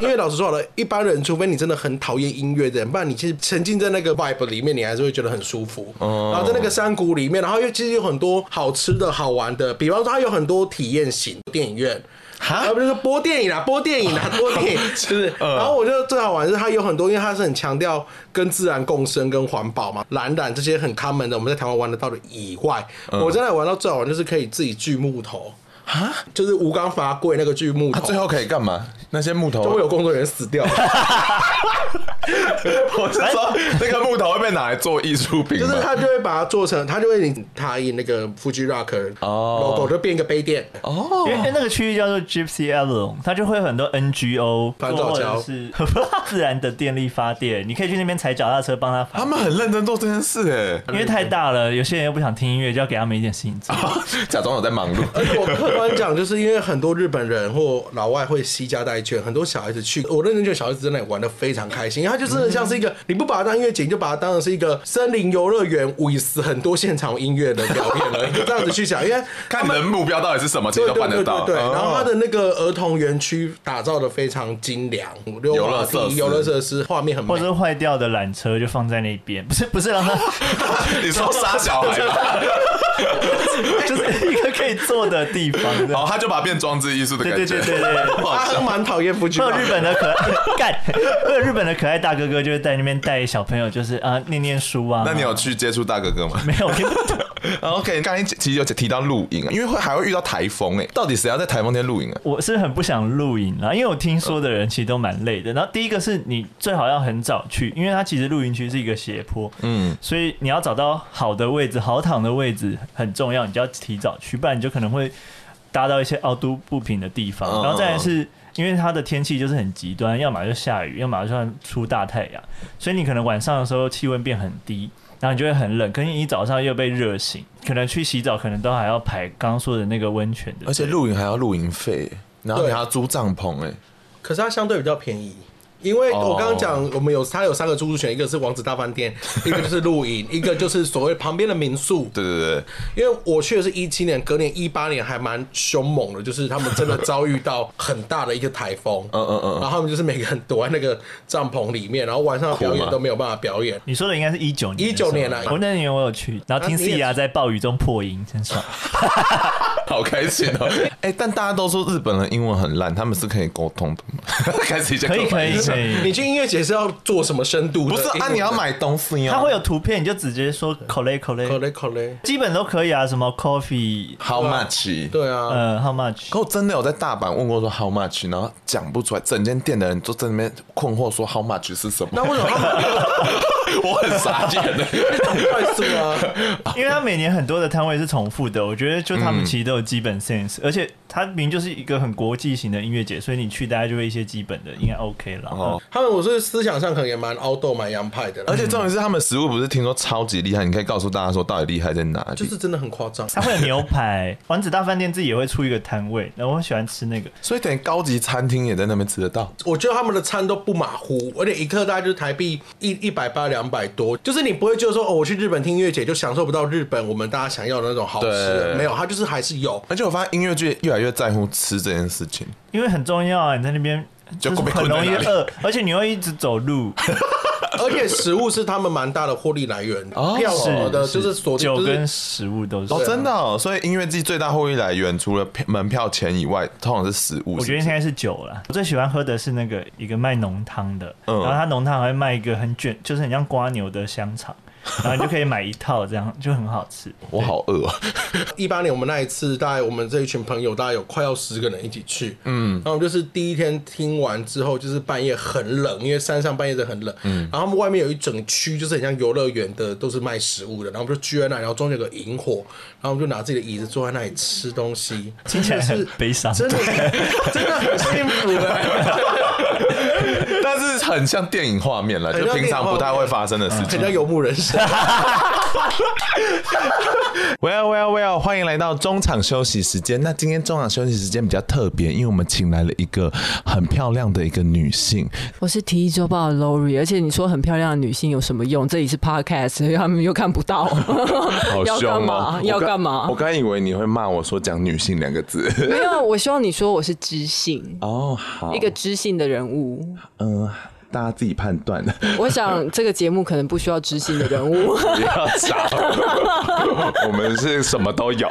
S3: 因为老实说好了，一般人除非你真的很讨厌音乐的人，不然你其实沉浸在那个 vibe 里面，你还是会觉得很舒服。
S2: 哦
S3: 然后在那个山谷里面，然后又其实有很多好吃的好玩的，比方说它有很多体验型电影院。
S2: 哈
S3: 啊，不是说播电 影啦，播电影啦，播电影，就是。然后我觉得最好玩的是它有很多，因为它是很强调跟自然共生、跟环保嘛，蓝染这些很 common 的，我们在台湾玩得到的以外，我真的玩到最好玩就是可以自己锯木头啊，就是吴刚伐桂那个锯木
S2: 他
S3: 头，
S2: 啊最后可以干嘛？那些木头，
S3: 都会有工作人员死 掉。
S2: 我是说那个木头会被拿来做艺术品
S3: 就是
S2: 吗？
S3: 他就会把它做成，他就会打印那个 Fuji Rock
S2: 哦
S3: logo，就变一个杯垫。
S1: 因为因为那个区域叫做 Gypsy Alone，它就会有很多 NGO
S3: 反造
S1: 或
S3: 桥
S1: 者是 自然的电力发电，你可以去那边踩脚踏车帮他发
S2: 他。们很认真做这件事哎、
S1: 因为太大了，有些人又不想听音乐，就要给他们一点事情做。
S2: 假装我在忙碌。
S3: 而且我客观讲，就是因为很多日本人或老外会惜家带眷，很多小孩子去，我认真觉得小孩子真的玩的非常开心，因为他就真的像是一个，你不把它当音乐节，你就把它当成是一个森林游乐园，五死很多现场音乐的表演了，这样子去想，因为
S2: 看你的目标到底是什么，其实
S3: 对
S2: 都
S3: 对
S2: 办
S3: 对
S2: 得
S3: 对
S2: 到。
S3: 对，
S2: 哦
S3: 然后它的那个儿童园区打造的非常精良，啊溜
S2: 游乐
S3: 滑梯
S2: 设施
S3: 游乐设施画面很美
S1: 或 者是坏掉的缆车就放在那边，不是不是让它，
S2: 你说杀小孩吧，
S1: 就是一个可以坐的地 方。这
S2: 然
S1: 样
S2: 后他就把它变装置艺术哦的感
S1: 对
S2: 觉。
S1: 对对对 对，
S3: 阿亨蛮讨厌夫君
S1: 会有日本的可爱 干，会有日本的可爱大哥哥就会在那边带小朋友，就是啊念念书啊。
S2: 那你有去接触大哥哥吗
S1: 没有？我听不懂
S2: 哦？OK，刚才其实有提到露营，啊因为会还会遇到台风哎，到底谁要在台风天露营啊？
S1: 我是很不想露营啦，因为我听说的人其实都蛮累的。然后第一个是你最好要很早去，因为它其实露营区是一个斜坡，嗯，所以你要找到好的位置、好躺的位置很重要，你就要提早去，不然你就可能会搭到一些凹凸不平的地方。
S2: 嗯
S1: 然后再来是。因为它的天气就是很极端，要么就下雨，要么就出大太阳，所以你可能晚上的时候气温变很低，然后你就会很冷，可是你一早上又被热醒，可能去洗澡可能都还要排刚刚说的那个温泉的，
S2: 而且露营还要露营费，然后你还要租帐篷哎，
S3: 可是它相对比较便宜。因为
S2: 哦
S3: 我刚刚讲，我们有它有三个住宿选，一个是王子大饭店， 一个就是露营，一个就是所谓旁边的民宿。
S2: 对对 对，
S3: 因为我去的是一七年，隔年一八年还蛮凶猛的，就是他们真的遭遇到很大的一个台风，
S2: 嗯嗯嗯
S3: 然后他们就是每个人躲在那个帐篷里面，然后晚上的表
S2: 哭吗
S3: 演都没有办法表演。
S1: 你说的应该是一九年的时候，
S3: 19年啊
S1: 我那年我有去，然后听
S3: 啊你也
S1: C 牙在暴雨中破音，真爽。
S2: 好开心哦！ 哎、但大家都说日本人英文很烂，他们是可以沟通的吗？ 开始一些
S1: 可以
S2: 刻板
S1: 可以
S2: 印象
S1: 可以，
S3: 你去音乐节是要做什么深度的
S2: 不
S3: 英
S2: 是
S3: 文的？
S2: 啊，你要买东西哦，
S1: 它会有图片，你就直接说 collect
S3: c
S1: collect，
S3: o 口 e
S1: 基本都可以啊，什么 coffee，
S2: how much？
S3: 对啊，
S1: 呃，how much？
S2: 可我真的有在大阪问过说 how much，然后讲不出来，整间店的人都在那边困惑说 how much 是什
S3: 那
S2: 么，
S3: 为什么他们
S2: 我很傻眼欸的。
S3: 快速啊？
S1: 因为它每年很多的摊位是重复的，我觉得就他们其实都有基本 sense，、而且它明明就是一个很国际型的音乐节，所以你去大家就会一些基本的，应该 OK 了。
S2: 哦
S3: 他们我是思想上可能也蛮凹豆蛮洋派的啦，
S2: 而且重点是他们食物不是听说超级厉害，你可以告诉大家说到底厉害在哪里？
S3: 就是真的很夸张。
S1: 它会有牛排，丸子大饭店自己也会出一个摊位，然后我很喜欢吃那个。
S2: 所以等于高级餐厅也在那边吃得到。
S3: 我觉得他们的餐都不马虎，而且一克大概就是台币一一百八两百多，就是你不会就是说哦，我去日本听音乐节就享受不到日本我们大家想要的那种好吃的，
S2: 对
S3: 没有，它就是还是有。
S2: 而且我发现音乐剧越来越在乎吃这件事情，
S1: 因为很重要啊，你在那边
S2: 就是被
S1: 很
S2: 困在
S1: 容易
S2: 那里
S1: 饿，而且你会一直走路，
S3: 而且食物是他们蛮大的获利来源，
S2: 哦
S3: 票什么的，就是是锁定，
S1: 酒
S3: 就
S1: 跟
S3: 是
S1: 食物都是。
S3: 啊
S2: 哦，真的、哦，所以音乐季最大获益来源除了票门票钱以外，通常是食物。
S1: 我觉得应该是酒啦。我最喜欢喝的是那个一个卖浓汤的，
S2: 嗯
S1: 然后它浓汤还会卖一个很卷，就是很像瓜牛的香肠，然后你就可以买一套，这样就很好 吃。
S2: 我好饿、哦，
S3: 一八年我们那一次，大概我们这一群朋友大概有快要十个人一起去，嗯，然后我们就是第一天听完之后，就是半夜很冷，因为山上半夜真的很冷，嗯，然后他们外面有一整区就是很像游乐园的，都是卖食物的，然后我们就聚在那里，然后中间有个萤火，然后我们就拿自己的椅子坐在那里吃东西，
S1: 听起来
S3: 真的
S1: 很
S3: 是
S1: 悲伤，
S3: 真的真的很 幸福 的，
S2: 但是很像电影画面了，
S3: 很
S2: 就
S3: 像
S2: 平常不太会发生的事
S3: 很
S2: 情。
S3: 像游牧人生。
S2: Well well well，欢迎来到中场休息时间。那今天中场休息时间比较特别，因为我们请来了一个很漂亮的一个女性，
S4: 我是《体育周报》的 Lori，而且你说很漂亮的女性有什么用？这里是 Podcast，所以 他们又看不到，要干嘛？要干嘛
S2: 哦啊我？刚以为你会骂我说讲女性两个 字。
S4: 没有，我希望你说我是知性，
S2: 哦，好
S4: 一个知性的人物。
S2: 嗯、大家自己判 断，
S4: 我想这个节目可能不需要知性的人 物。
S2: 不要吵。我们是什么都有。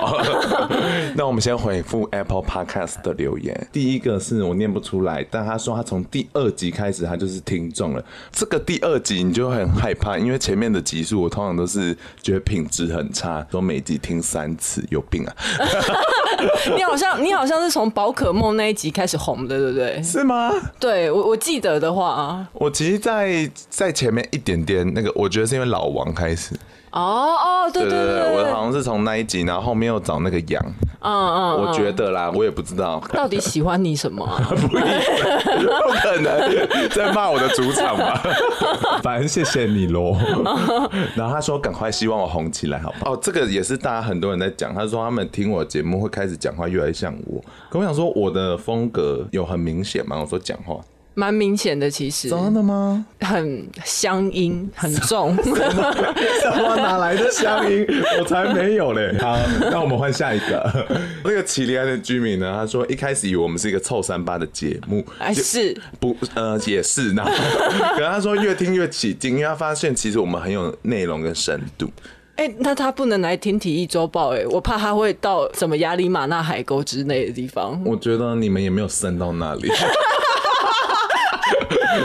S2: 那我们先回复 Apple Podcast 的留言。第一个是我念不出来，但他说他从第二集开始，他就是听众了。这个第二集你就会很害怕，因为前面的集数我通常都是觉得品质很差，说每集听三次，有病啊？
S4: 你好像你好像是从宝可梦那一集开始红的，对不对？
S2: 是吗？
S4: 对我我记得的话啊，
S2: 我其实在，在前面一点点那个，我觉得是因为老王开始，
S4: 哦哦，对对对
S2: 我
S4: 对，
S2: 好像是从那一集，然后后面又找那个羊，
S4: 嗯嗯，
S2: 我觉得啦，我也不知道。
S4: 到底喜欢你什么啊？
S2: 不一定，有可能在骂我的主场吧。反正谢谢你喽。 然后他说：“赶快，希望我红起来，好不好？”哦，这个也是大家很多人在讲。他说他们听我节目会开始讲话越来越像我。可我想说，我的风格有很明显吗？我说讲话
S4: 蛮明显的，其 实
S2: 真的吗？
S4: 很乡音很重。
S2: 什么哪来的乡音？我才没有嘞！好，那我们换下一个。 那个奇里安的居民呢？他说一开始以为我们是一个臭三八的节目，
S4: 哎，是
S2: 不，呃，也是。然后， 可能他说越听越起劲，因为他发现其实我们很有内容跟深度。
S4: 哎、那他不能来听《体育周报、哎，我怕他会到什么亚里马纳海沟之类的地方。
S2: 我觉得你们也没有深到那里。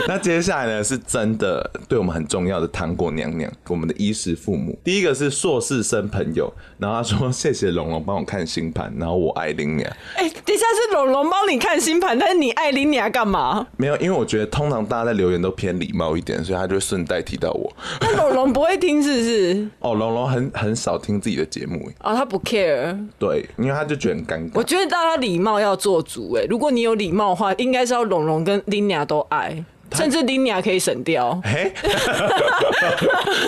S2: 那接下来呢，是真的对我们很重要的糖果娘娘，我们的衣食父母。第一个是硕士生朋友，然后他说谢谢龙龙帮我看星盘，然后我爱林娘。
S4: 哎、等一下是龙龙帮你看星盘，但是你爱琳你要干嘛？
S2: 没有，因为我觉得通常大家在留言都偏礼貌一点，所以他就会顺带提到我。
S4: 那龙龙不会听是不是？
S2: 哦，龙龙很很少听自己的节目，
S4: 哦，他不 care。
S2: 对，因为他就觉得很尴
S4: 我
S2: 尬。
S4: 觉得大家礼貌要做足、哎，如果你有礼貌的话，应该是要龙龙跟琳雅都爱，甚至琳雅可以省掉。
S2: 嘿，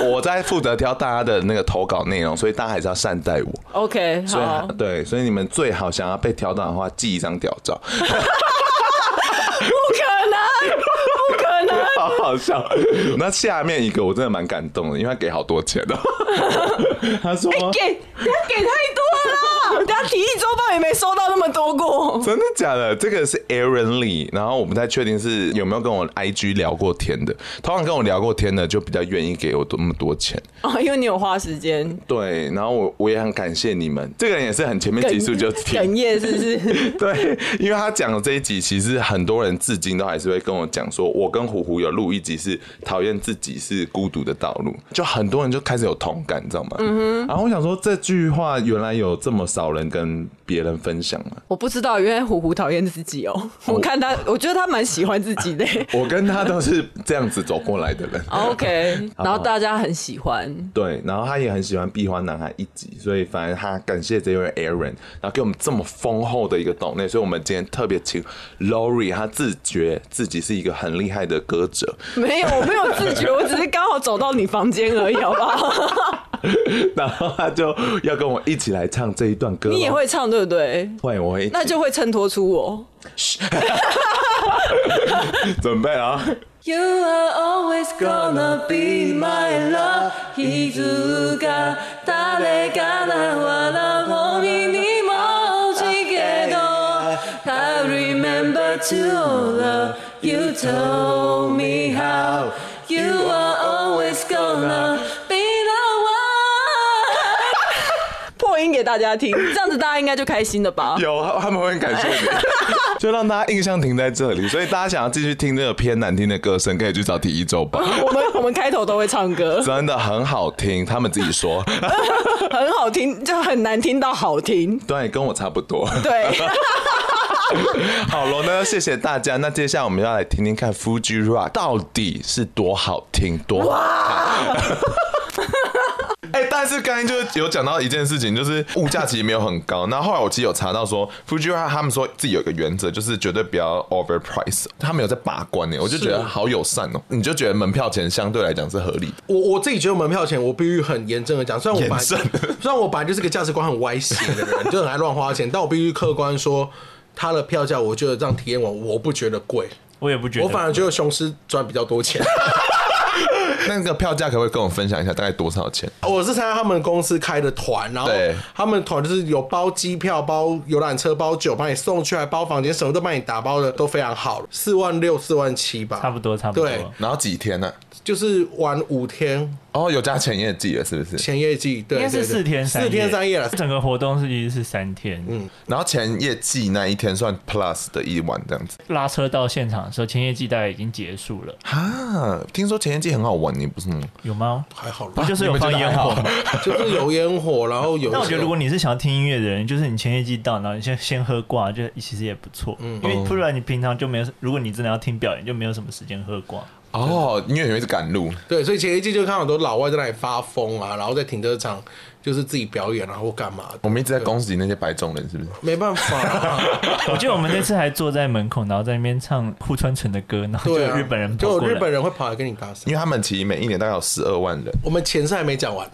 S2: 我在负责挑大家的那个投稿内容，所以大家还是要善待我。
S4: OK，
S2: 所以
S4: 好。
S2: 对，所以你们最好想要被挑到的话，寄一张屌照。
S4: 不可能，不可能！
S5: 好好笑。
S2: 那下面一个我真的蛮感动的，因为他给好多钱的。 他说
S4: 给不要给太多了啦，等下体育周报也没收到那么多过。
S2: 真的假的？这个是 Aaron Lee，然后我不太确定是有没有跟我 IG 聊过天的。通常跟我聊过天的，就比较愿意给我多那么多钱。
S4: 哦，因为你有花时间
S2: 对，然后我我也很感谢你们。这个人也是很前面集数 就
S4: 哽
S2: 听，
S4: 咽，是不是？
S2: 对，因为他讲的这一集，其实很多人至今都还是会跟我讲说，我跟虎虎有录一集是讨厌自己是孤独的道路，就很多人就开始有同感，你知道吗？嗯然后我想说，这句话原来有这么少人跟别人分享吗？
S4: 我不知道，原来虎虎讨厌自己哦。我看他，我觉得他蛮喜欢自己的。
S2: 我跟他都是这样子走过来的人。
S4: OK，然后大家很喜欢，
S2: 对，然后他也很喜欢《壁花男孩》一集，所以反正他感谢这位 Aaron，然后给我们这么丰厚的一个懂内，所以我们今天特别请 Lori，他自觉自己是一个很厉害的歌者，
S4: 没有，我没有自觉，我只是刚好走到你房间而已，好不 好？
S2: 然后他就要跟我一起来唱这一段歌咯。
S4: 你也会唱对不对？
S2: 会，我会一起
S4: 那就会衬托出我。
S2: 准备 啊。
S4: You are always gonna be my love. いつか誰かの笑顔ににも落ちけど I remember to love. You told me how. You are always gonna be the one. 破音给大家听，这样子大家应该就开心了吧？
S2: 有，他们会很感谢你， 就让大家印象停在这里。所以大家想要继续听这个偏难听的歌声，可以去找体育周报，
S4: 我们我们开头都会唱歌。
S2: 真的很好听，他们自己说，
S4: 很好听，就很难听到好听。
S2: 对，跟我差不多。
S4: 对，
S2: 好了，那谢谢大家。那接下来我们要来听听看 Fuji Rock 到底是多好听，多好看。 哎、但是刚才就是有讲到一件事情，就是物价其实没有很高。那后来我其实有查到说，Fuji Rock 他们说自己有一个原则，就是绝对不要 overprice，他们有在把关欸呢。我就觉得好友善哦、你就觉得门票钱相对来讲是合理的。
S3: 我我自己觉得门票钱，我必须很严正的讲，虽然我本来
S2: 严正
S3: 虽然我本来就是个价值观很歪斜的人，就很爱乱花钱，但我必须客观说，它的票价，我觉得这样体验完，我不觉得贵，
S1: 我也不觉得。
S3: 我反而觉得雄狮赚比较 多钱。
S2: 那个票价可不可以跟我分享一下，大概多少钱？
S3: 我是参加他们公司开的团，然后
S2: 对
S3: 他们团就是有包机票、包游览车、包酒，帮你送去，还包房间，什么都帮你打包的，都非常好，四万六、四万七吧，
S1: 差不多，差不多。
S3: 对
S2: 然后几天呢、啊
S3: 就是玩五天
S2: 哦，有加前夜季了，是不是？
S3: 前夜季，对，
S1: 应该是
S3: 对对
S1: 四天三夜
S3: 四天三夜了。
S1: 整个活动是其实是三天。嗯，
S2: 然后前夜季那一天算 plus 的一晚这样子
S1: 拉车到现场的时候，前夜季大概已经结束了，
S2: 啊。听说前夜季很好玩，你不是吗？
S1: 有吗？
S3: 还好
S1: 不
S3: 吧，
S1: 就是有放烟火吗？
S3: 就是有烟火，然后有一些。
S1: 那我觉得，如果你是想要听音乐的人，就是你前夜季到，然后你先先喝挂，就其实也不错。因为不然你平常就没有，如果你真的要听表演，就没有什么时间喝挂。
S2: 哦，因为你会是赶路，
S3: 对，所以前一季就看到很多老外在那里发疯啊，然后在停车场就是自己表演啊或干嘛
S2: 我
S3: 的，
S2: 们一直在恭喜那些白种人，是不是？
S3: 没办 法、啊。
S1: 我记得我们那次还坐在门口，然后在那边唱户川城的歌，然后就
S3: 对
S1: 有
S3: 啊，
S1: 日本人跑
S3: 就
S1: 过
S3: 有日
S1: 来。
S3: 本人会跑来跟你搭讪
S2: 因。为他们其实每一年大概有十二万人，
S3: 我们前事还没讲完，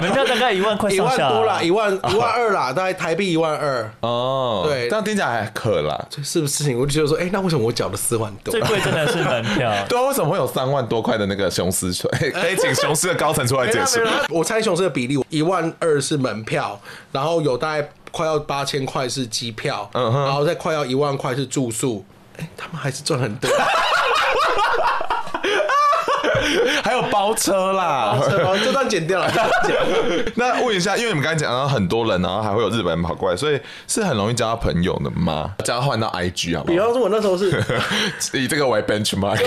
S1: 门票大概一万块
S3: 一
S1: 上
S3: 万
S1: 下啊，
S3: 多啦，一万一万二啦，大概台币一万二，
S2: 哦，
S3: 对
S2: 这样听起来还可啦。
S3: 是不是？我就觉得说，哎、那为什么我缴了四万多
S1: 最？贵真的是门票。
S2: 对啊，为什么会有三万多块的那个雄狮水？ 可以请雄狮的高层出来
S3: 没
S2: 解
S3: 啦
S2: 释
S3: 没。啦我猜雄狮的比例一万二是门票，然后有大概快要八千块是机票，
S1: 嗯
S3: 然后再快要一万块是住宿。哎、他们还是赚很多，
S2: 还有包车 啦。
S3: 这段剪掉了，这段剪掉了
S2: 那问一下，因为你们刚才讲到很多人，然后还会有日本人跑过来，所以是很容易交到朋友的吗？交换到 IG 好不
S3: 比
S2: 好？
S3: 方说，我那时候是
S2: 以这个为 benchmark。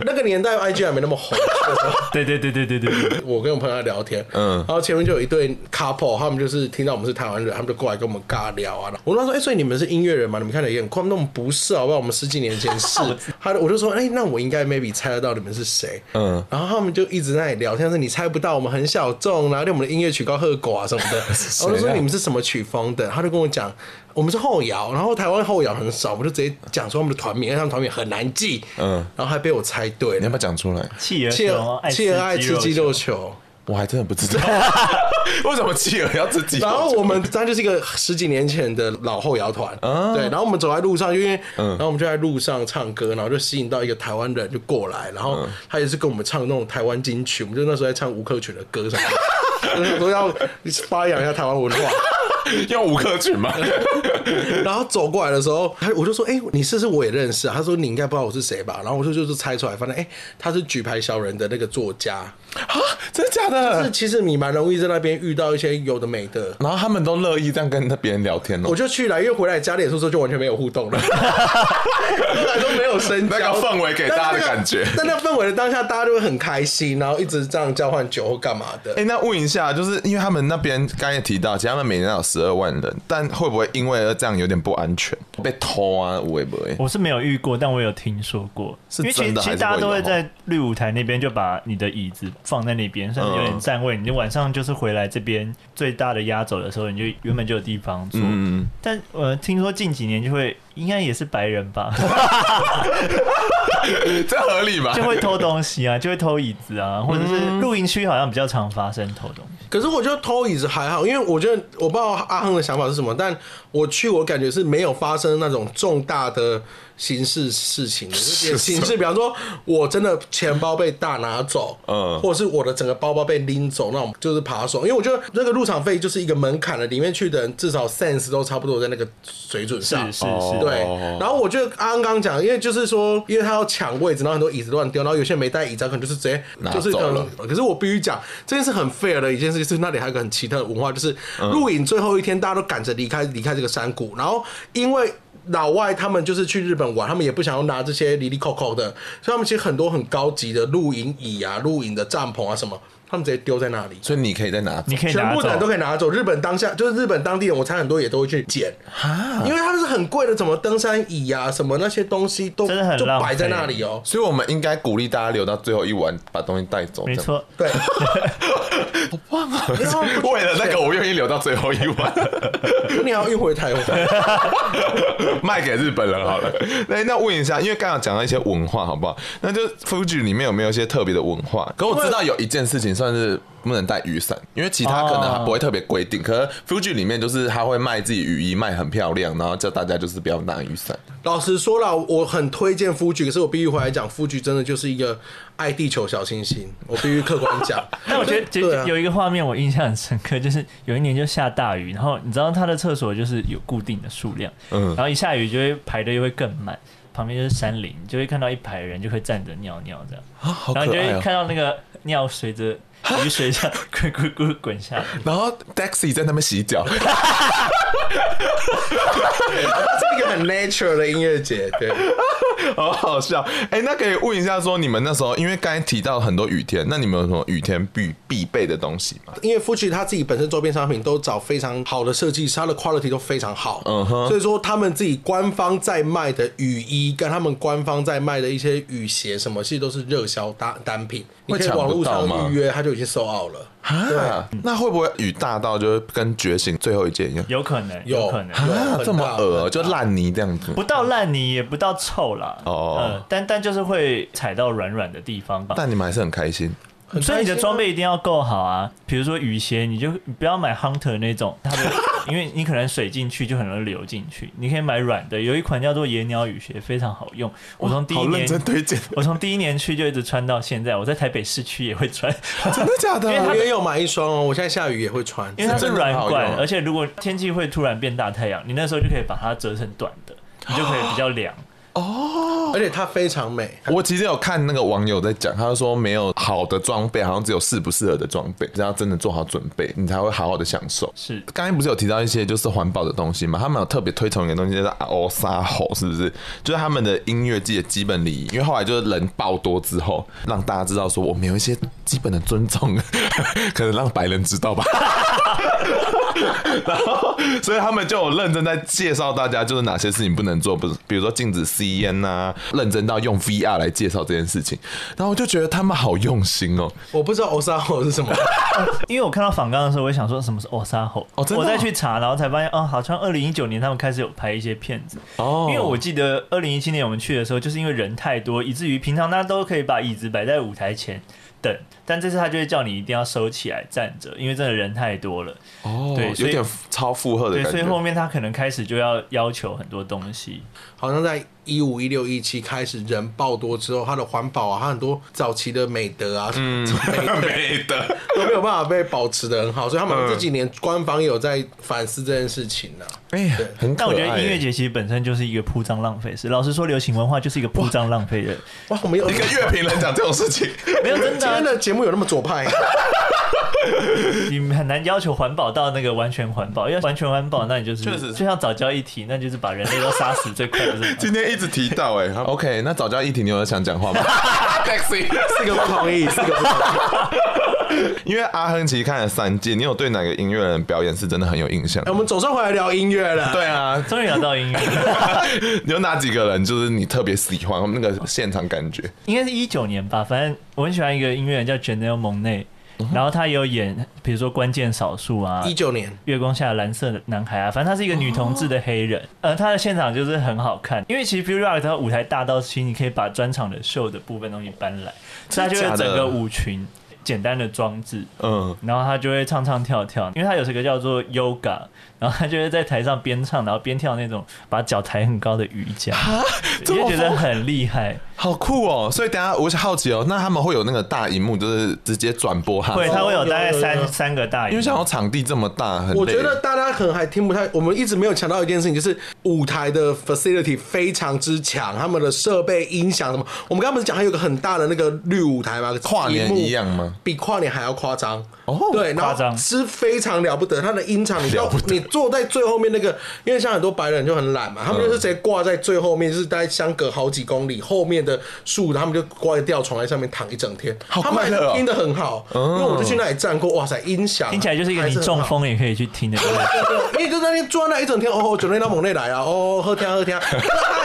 S3: 那个年代，IG 还没那么红。那时候
S1: 对对对对对对对。
S3: 我跟我朋友在聊天，
S2: 嗯
S3: 嗯，然后前面就有一对 couple，他们就是听到我们是台湾人，他们就过来跟我们尬聊啊。我跟他说，哎、所以你们是音乐人吗？你们看起来也很酷。他们说我们不是，啊好不好？我们十几年前 是。他我就说，哎、那我应该 maybe 猜得到你们是谁。
S2: 嗯
S3: 嗯，然后他们就一直在那里聊天，但是你猜不到，我们很小众，然后对我们的音乐曲高和寡啊什么 的。我就说你们是什么曲风的？他就跟我讲。我们是后摇，然后台湾后摇很少，我就直接讲说他们的团名，因为他们团名很难记，
S2: 嗯
S3: 嗯，然后还被我猜对了
S2: 你要。不要讲出来？
S1: 企鹅
S3: 切
S1: 熊，爱
S3: 切爱
S1: 吃
S3: 吃
S1: 鸡
S3: 鸡
S1: 肉
S3: 肉
S1: 球。
S3: 球，
S2: 我还真的不知道。为什么企鹅要自己？
S3: 然后我们他就是一个十几年前的老后摇团，对。然后我们走在路上，因为然后我们就在路上唱歌，然后就吸引到一个台湾人就过来，然后他也是跟我们唱那种台湾金曲，我们就那时候在唱吴克群的歌什么的， 我想说要发扬一下台湾文化。
S2: 用五克群吗？啊
S3: 然后走过来的时候，他我就说：“哎、你是不是我也认识啊？”他说：“你应该不知道我是谁吧？”然后我就就是猜出来，发现哎、他是《举牌小人》的那个作家。
S2: 啊，真的假
S3: 就是
S2: 的？
S3: 其实你蛮容易在那边遇到一些有的没的。
S2: 然后他们都乐意这样跟别人聊天哦
S3: 我。就去了，因为回来家里的时候就完全没有互动了， 后来都没有深交，
S2: 那个氛围给大家的感觉
S3: 但那个。但那氛围的当下，大家就会很开心，然后一直这样交换酒或干嘛的
S2: 哎、。那问一下，就是因为他们那边刚也提到，其实他们每年有十二万人，但会不会因为这样有点不安全，被偷啊？会不会？
S1: 我是没有遇过，但我有听说过，
S2: 是
S1: 因为其实
S2: 真的
S1: 其
S2: 还
S1: 实
S2: 是
S1: 大家都
S2: 会
S1: 会
S2: 有
S1: 在绿舞台那边就把你的椅子放在那边，甚至有点占位。你晚上就是回来这边最大的压轴的时候，你就原本就有地方坐。
S2: 嗯，
S1: 但呃，听说近几年就会，应该也是白人 吧，
S2: 这合理吧？
S1: 就会偷东西啊，就会偷椅子啊，或者
S2: 嗯
S1: 是露营区好像比较常发生偷东西。
S3: 可是我觉得偷椅子还好，因为我觉得我不知道阿亨的想法是什么，但我去我感觉是没有发生那种重大的刑事事情的， 就是刑事，比方说我真的钱包被大拿走，
S2: 嗯
S3: 嗯，或者是我的整个包包被拎走那种，就是扒手。因为我觉得那个入场费就是一个门槛了，里面去的人至少 sense 都差不多在那个水准
S1: 是
S3: 上，
S1: 是是，
S2: 哦
S3: 对，然后我觉得啊阿刚刚讲，因为就是说，因为他要抢位置，然后很多椅子乱丢，然后有些人没带椅子，他可能就是直接
S2: 拿
S3: 就是
S2: 走
S3: 可
S2: 了
S3: 能。可是我必须讲，这件事很 fair 的一件事，就是那里还有一个很奇特的文化，就是
S2: 嗯
S3: 录影最后一天，大家都赶着离开离开这个山谷，然后因为。老外他们就是去日本玩，他们也不想要拿这些离离扣扣的，所以他们其实很多很高级的露营椅啊、露营的帐篷啊什么，他们直接丢在那里。
S2: 所以你可以再拿走
S1: 你可以
S3: 全
S1: 拿
S3: 部的人都
S1: 走。
S3: 可以拿走。日本当下就是日本当地人，我猜很多也都会去捡，因为他们是很贵的，什么登山椅啊，什么那些东西都
S1: 真的很
S3: 就
S1: 浪费
S3: 摆在那里哦。
S2: 所以我们应该鼓励大家留到最后一晚，把东西带走。
S1: 没错，
S3: 对，
S2: 这样， 为了那个我愿意留到最后一晚，
S3: 你要运回台湾，
S2: 卖给日本人好了。 哎那那问一下，因为刚刚讲到一些文化，好不好？那就 Fuji 里面有没有一些特别的文化？可我知道有一件事情算是不能带雨伞，因为其他可能还不会特别规定。可是 Fuji 里面就是他会卖自己雨衣，卖很漂亮，然后叫大家就是不要拿雨伞。
S3: 老实说了，我很推荐夫剧，可是我必须回来讲，夫剧真的就是一个爱地球小清新，我必须客观讲。
S1: 但我觉得就
S3: 对啊
S1: 有一个画面我印象很深刻，就是有一年就下大雨，然后你知道他的厕所就是有固定的数量，
S2: 嗯
S1: 然后一下雨就会排队又会更满，旁边就是山林，就会看到一排人就会站着尿尿这样，
S2: 啊，好
S1: 然后你就会看到那个尿随着雨水这样 滚滚滚滚下来，
S2: 然后 Taxi 在那边洗脚，
S3: 这是一个很 nature 的音乐节，对，
S2: 好好笑。哎、那可以问一下，说你们那时候，因为刚才提到很多雨天，那你们有什么雨天必必备的东西吗？
S3: 因为 Fuji 他自己本身周边商品都找非常好的设计师，他的 quality 都非常好，
S2: 嗯哼
S3: 所以说他们自己官方在卖的雨衣，跟他们官方在卖的一些雨鞋什么，其实都是热销单单品，你
S2: 会
S3: 可以
S2: 抢不
S3: 网络
S2: 到
S3: 上
S2: 吗
S3: 预约，它就已经 sold out 了。
S2: 啊，那会不会雨大到就是跟觉醒最后一件一样？
S1: 有可能，
S3: 有
S1: 可能。
S3: 有
S2: 啊
S3: 很，
S2: 这么
S3: 大
S2: 恶、就烂泥这样子
S1: 不。到烂泥，也不到臭啦，
S2: 哦
S1: 呃但但就是会踩到软软的地方吧。
S2: 但你们还是很开心，
S3: 很
S1: 所以你的
S3: 开心啊
S1: 装备一定要够好啊，比如说雨鞋，你就你不要买 Hunter 那种，它的，因为你可能水进去就很容易流进去，你可以买软的，有一款叫做野鸟雨鞋，非常好用。我从第一
S2: 好认
S1: 年，
S2: 真推 荐，
S1: 我从第一年去就一直穿到现在，我在台北市区也会 穿，
S2: 真的假的？
S3: 我也有买一双哦，我现在下雨也会穿。
S1: 因为它是
S2: 真的
S1: 软
S2: 很好
S1: 管，
S2: 用
S1: 而且如果天气会突然变大太阳，你那时候就可以把它折成短的，你就可以比较 凉。
S3: 而且它非常美。
S2: 我其实有看那个网友在讲，他就说没有好的装备，好像只有适不适合的装备，只要真的做好准备，你才会好好的享受。
S1: 是，
S2: 刚才不是有提到一些就是环保的东西嘛？他们有特别推崇一个东西叫做 o s a h o 是不是？就是他们的音乐季的基本礼仪。因为后来就是人爆多之后，让大家知道说我们有一些基本的尊重， 可能让白人知道吧。 然后，所以他们就有认真在介绍大家，就是哪些事情不能做，不是，比如说禁止吸烟呐、认真到用 VR 来介绍这件事情。然后我就觉得他们好用心哦，
S3: 我不知道 Osaho 是什么，
S1: 因为我看到仿钢的时候，我也想说什么是 Osaho，、
S2: 哦真的哦
S1: 我再去查，然后才发现哦，好像二零一九年他们开始有拍一些片子。
S2: 哦
S1: 因为我记得二零一七年我们去的时候，就是因为人太多，以至于平常大家都可以把椅子摆在舞台前，等，但这次他就会叫你一定要收起来站着，因为真的人太多了。
S2: 哦
S1: 对所
S2: 有
S1: 以
S2: 点超负荷的
S1: 对，
S2: 感
S1: 所以
S2: 觉。
S1: 后面他可能开始就要要求很多东西。
S3: 好像在一五一六一七开始人爆多之后，它的环保啊，它很多早期的美德啊，嗯，
S2: 没的，
S3: 都没有办法被保持的很好，所以他们这几年官方也有在反思这件事情呢、啊
S2: 哎呀，很可
S1: 但
S2: 爱。欸
S1: 我觉得音乐节其实本身就是一个铺张浪费事。老实说，流行文化就是一个铺张浪费的，
S3: 哇，我们有
S2: 一个乐评人讲这种事情，
S1: 没有真
S3: 今天
S1: 的啊，
S3: 的节目有那么左派？
S1: 你很难要求环保到那个完全环保，因为完全环保，那你就是
S2: 确实
S1: 就像早教一体，那就是把人类都杀死这块， 不是吗？
S2: 今天一直提到哎、好 OK，那早教议题你有想讲话吗？Taxi
S3: 四个不同意，四个不同意。
S2: 因为阿亨其实看了三季，你有对哪个音乐人表演是真的很有印象
S3: 哎？我们总算回来聊音乐了。
S2: 对啊，
S1: 终于聊到音乐，
S2: 有哪几个人就是你特别喜欢那个现场感觉？
S1: 应该是一九年吧。反正我很喜欢一个音乐人叫 Janelle Monet，然
S2: 嗯
S1: 后他也有演，比如说《关键少数》啊，
S3: 一九年，
S1: 月光下的蓝色的男孩啊，反正他是一个女同志的黑
S2: 哦
S1: 人，呃，他的现场就是很好看，因为其实 Bill Rock 他舞台大到，其实你可以把专场的秀的部分东西搬来，所以他就
S2: 真的假
S1: 会整
S2: 的
S1: 个舞裙简单的装置，
S2: 嗯，
S1: 然后他就会唱唱跳跳，因为他有这个叫做 Yoga，然后他就会在台上边唱，然后边跳那种把脚抬很高的瑜伽，
S2: 这
S1: 你
S2: 么
S1: 就觉得很厉害，
S2: 好酷哦！所以等一下我好奇哦，那他们会有那个大荧幕，就是直接转播他们
S1: 会，他会有大概
S3: 有有有
S1: 三三个大荧
S2: 因为
S1: 幕，
S2: 想要场地这么大，很累
S3: 我觉得大家可能还听不太，我们一直没有强调一件事情，就是舞台的 facility 非常之强，他们的设备、音响什么，我们刚刚不是讲它有个很大的那个绿舞台吗？
S2: 跨年
S3: 荧幕
S2: 一样吗？
S3: 比跨年还要夸张
S2: 哦
S3: 对，然
S1: 夸
S3: 后
S1: 张
S3: 是非常了不得，它的音场你
S2: 了
S3: 到
S2: 不得
S3: 你坐在最后面那个，因为像很多白人就很懒嘛，他们就
S2: 嗯
S3: 是直接挂在最后面，就是大概相隔好几公里后面的树，他们就挂在吊床在上面躺一整天，
S2: 好
S3: 他们
S2: 快乐哦
S3: 还听得很好，因为我就去那里站过，哇塞，音响
S1: 听起来就是一个
S3: 还
S1: 你
S3: 很
S1: 中
S3: 好
S1: 风也可以去听的歌。
S3: 因为就在那边坐在那一整天，哦，酒类到猛内来啊，哦，喝天喝天，他还是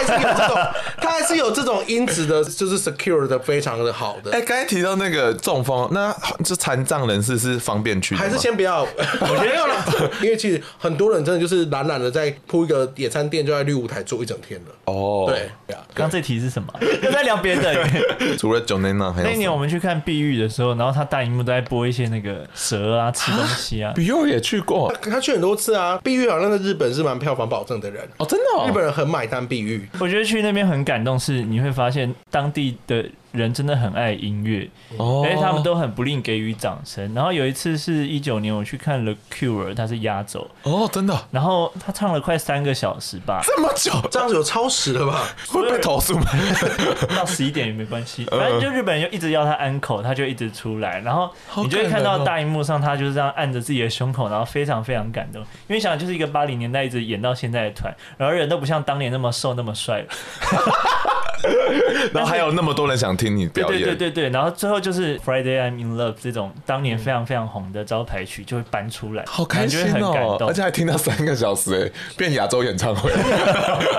S3: 有这种， 他还是有这种音质的，就是 secure 的非常的好的。
S2: 哎，刚才提到那个中风，那这残障人士是方便去的吗
S3: 还是先不要，我觉得要了， 因为其实很多人真的就是懒懒的在铺一个野餐垫，就在绿舞台坐一整天了。
S2: 哦，
S3: 对，，对啊
S1: 刚刚这题是什么？又在聊别的。
S2: 除了 j o n a n a 还有
S1: 那一年
S2: 谁
S1: 我们去看《碧玉》的时候，然后他大荧幕都在播一些那个蛇啊吃东西 啊，
S2: 比佑也去过
S3: 他去很多次啊，碧玉好像在日本是蛮票房保证的人，
S2: 哦，真的哦，
S3: 日本人很买单碧玉。
S1: 我觉得去那边很感动，是你会发现当地的人真的很爱音乐，
S2: 哦，
S1: 而哎且他们都很不吝给予掌声。然后有一次是一九年我去看 The Cure，他是压轴，
S2: 哦，真的
S1: 然后他唱了快三个小时吧，
S2: 这么久，
S3: 这样子有超时了吧？
S2: 会被投诉吗？
S1: 到十一点也没关 系，
S2: 呃
S1: 反正就日本人就一直要他安口，他就一直出来，然后
S2: 好
S1: 你就会
S2: 感
S1: 看
S2: 人
S1: 到
S2: 哦
S1: 大荧幕上他就是这样按着自己的胸口，然后非常非常感动，因为想就是一个八零年代一直演到现在的团，然后人都不像当年那么瘦那么帅了，
S2: 然后还有那么多人想听你
S1: 对
S2: 表
S1: 对对
S2: 演，
S1: 对对，然后最后就是 Friday I'm in Love 这种当年非常非常红的招牌曲就会搬出来，
S2: 好开心
S1: 然后就会很
S2: 哦
S1: 感，动
S2: 而且还听到三个小时，哎，变亚洲演 唱会，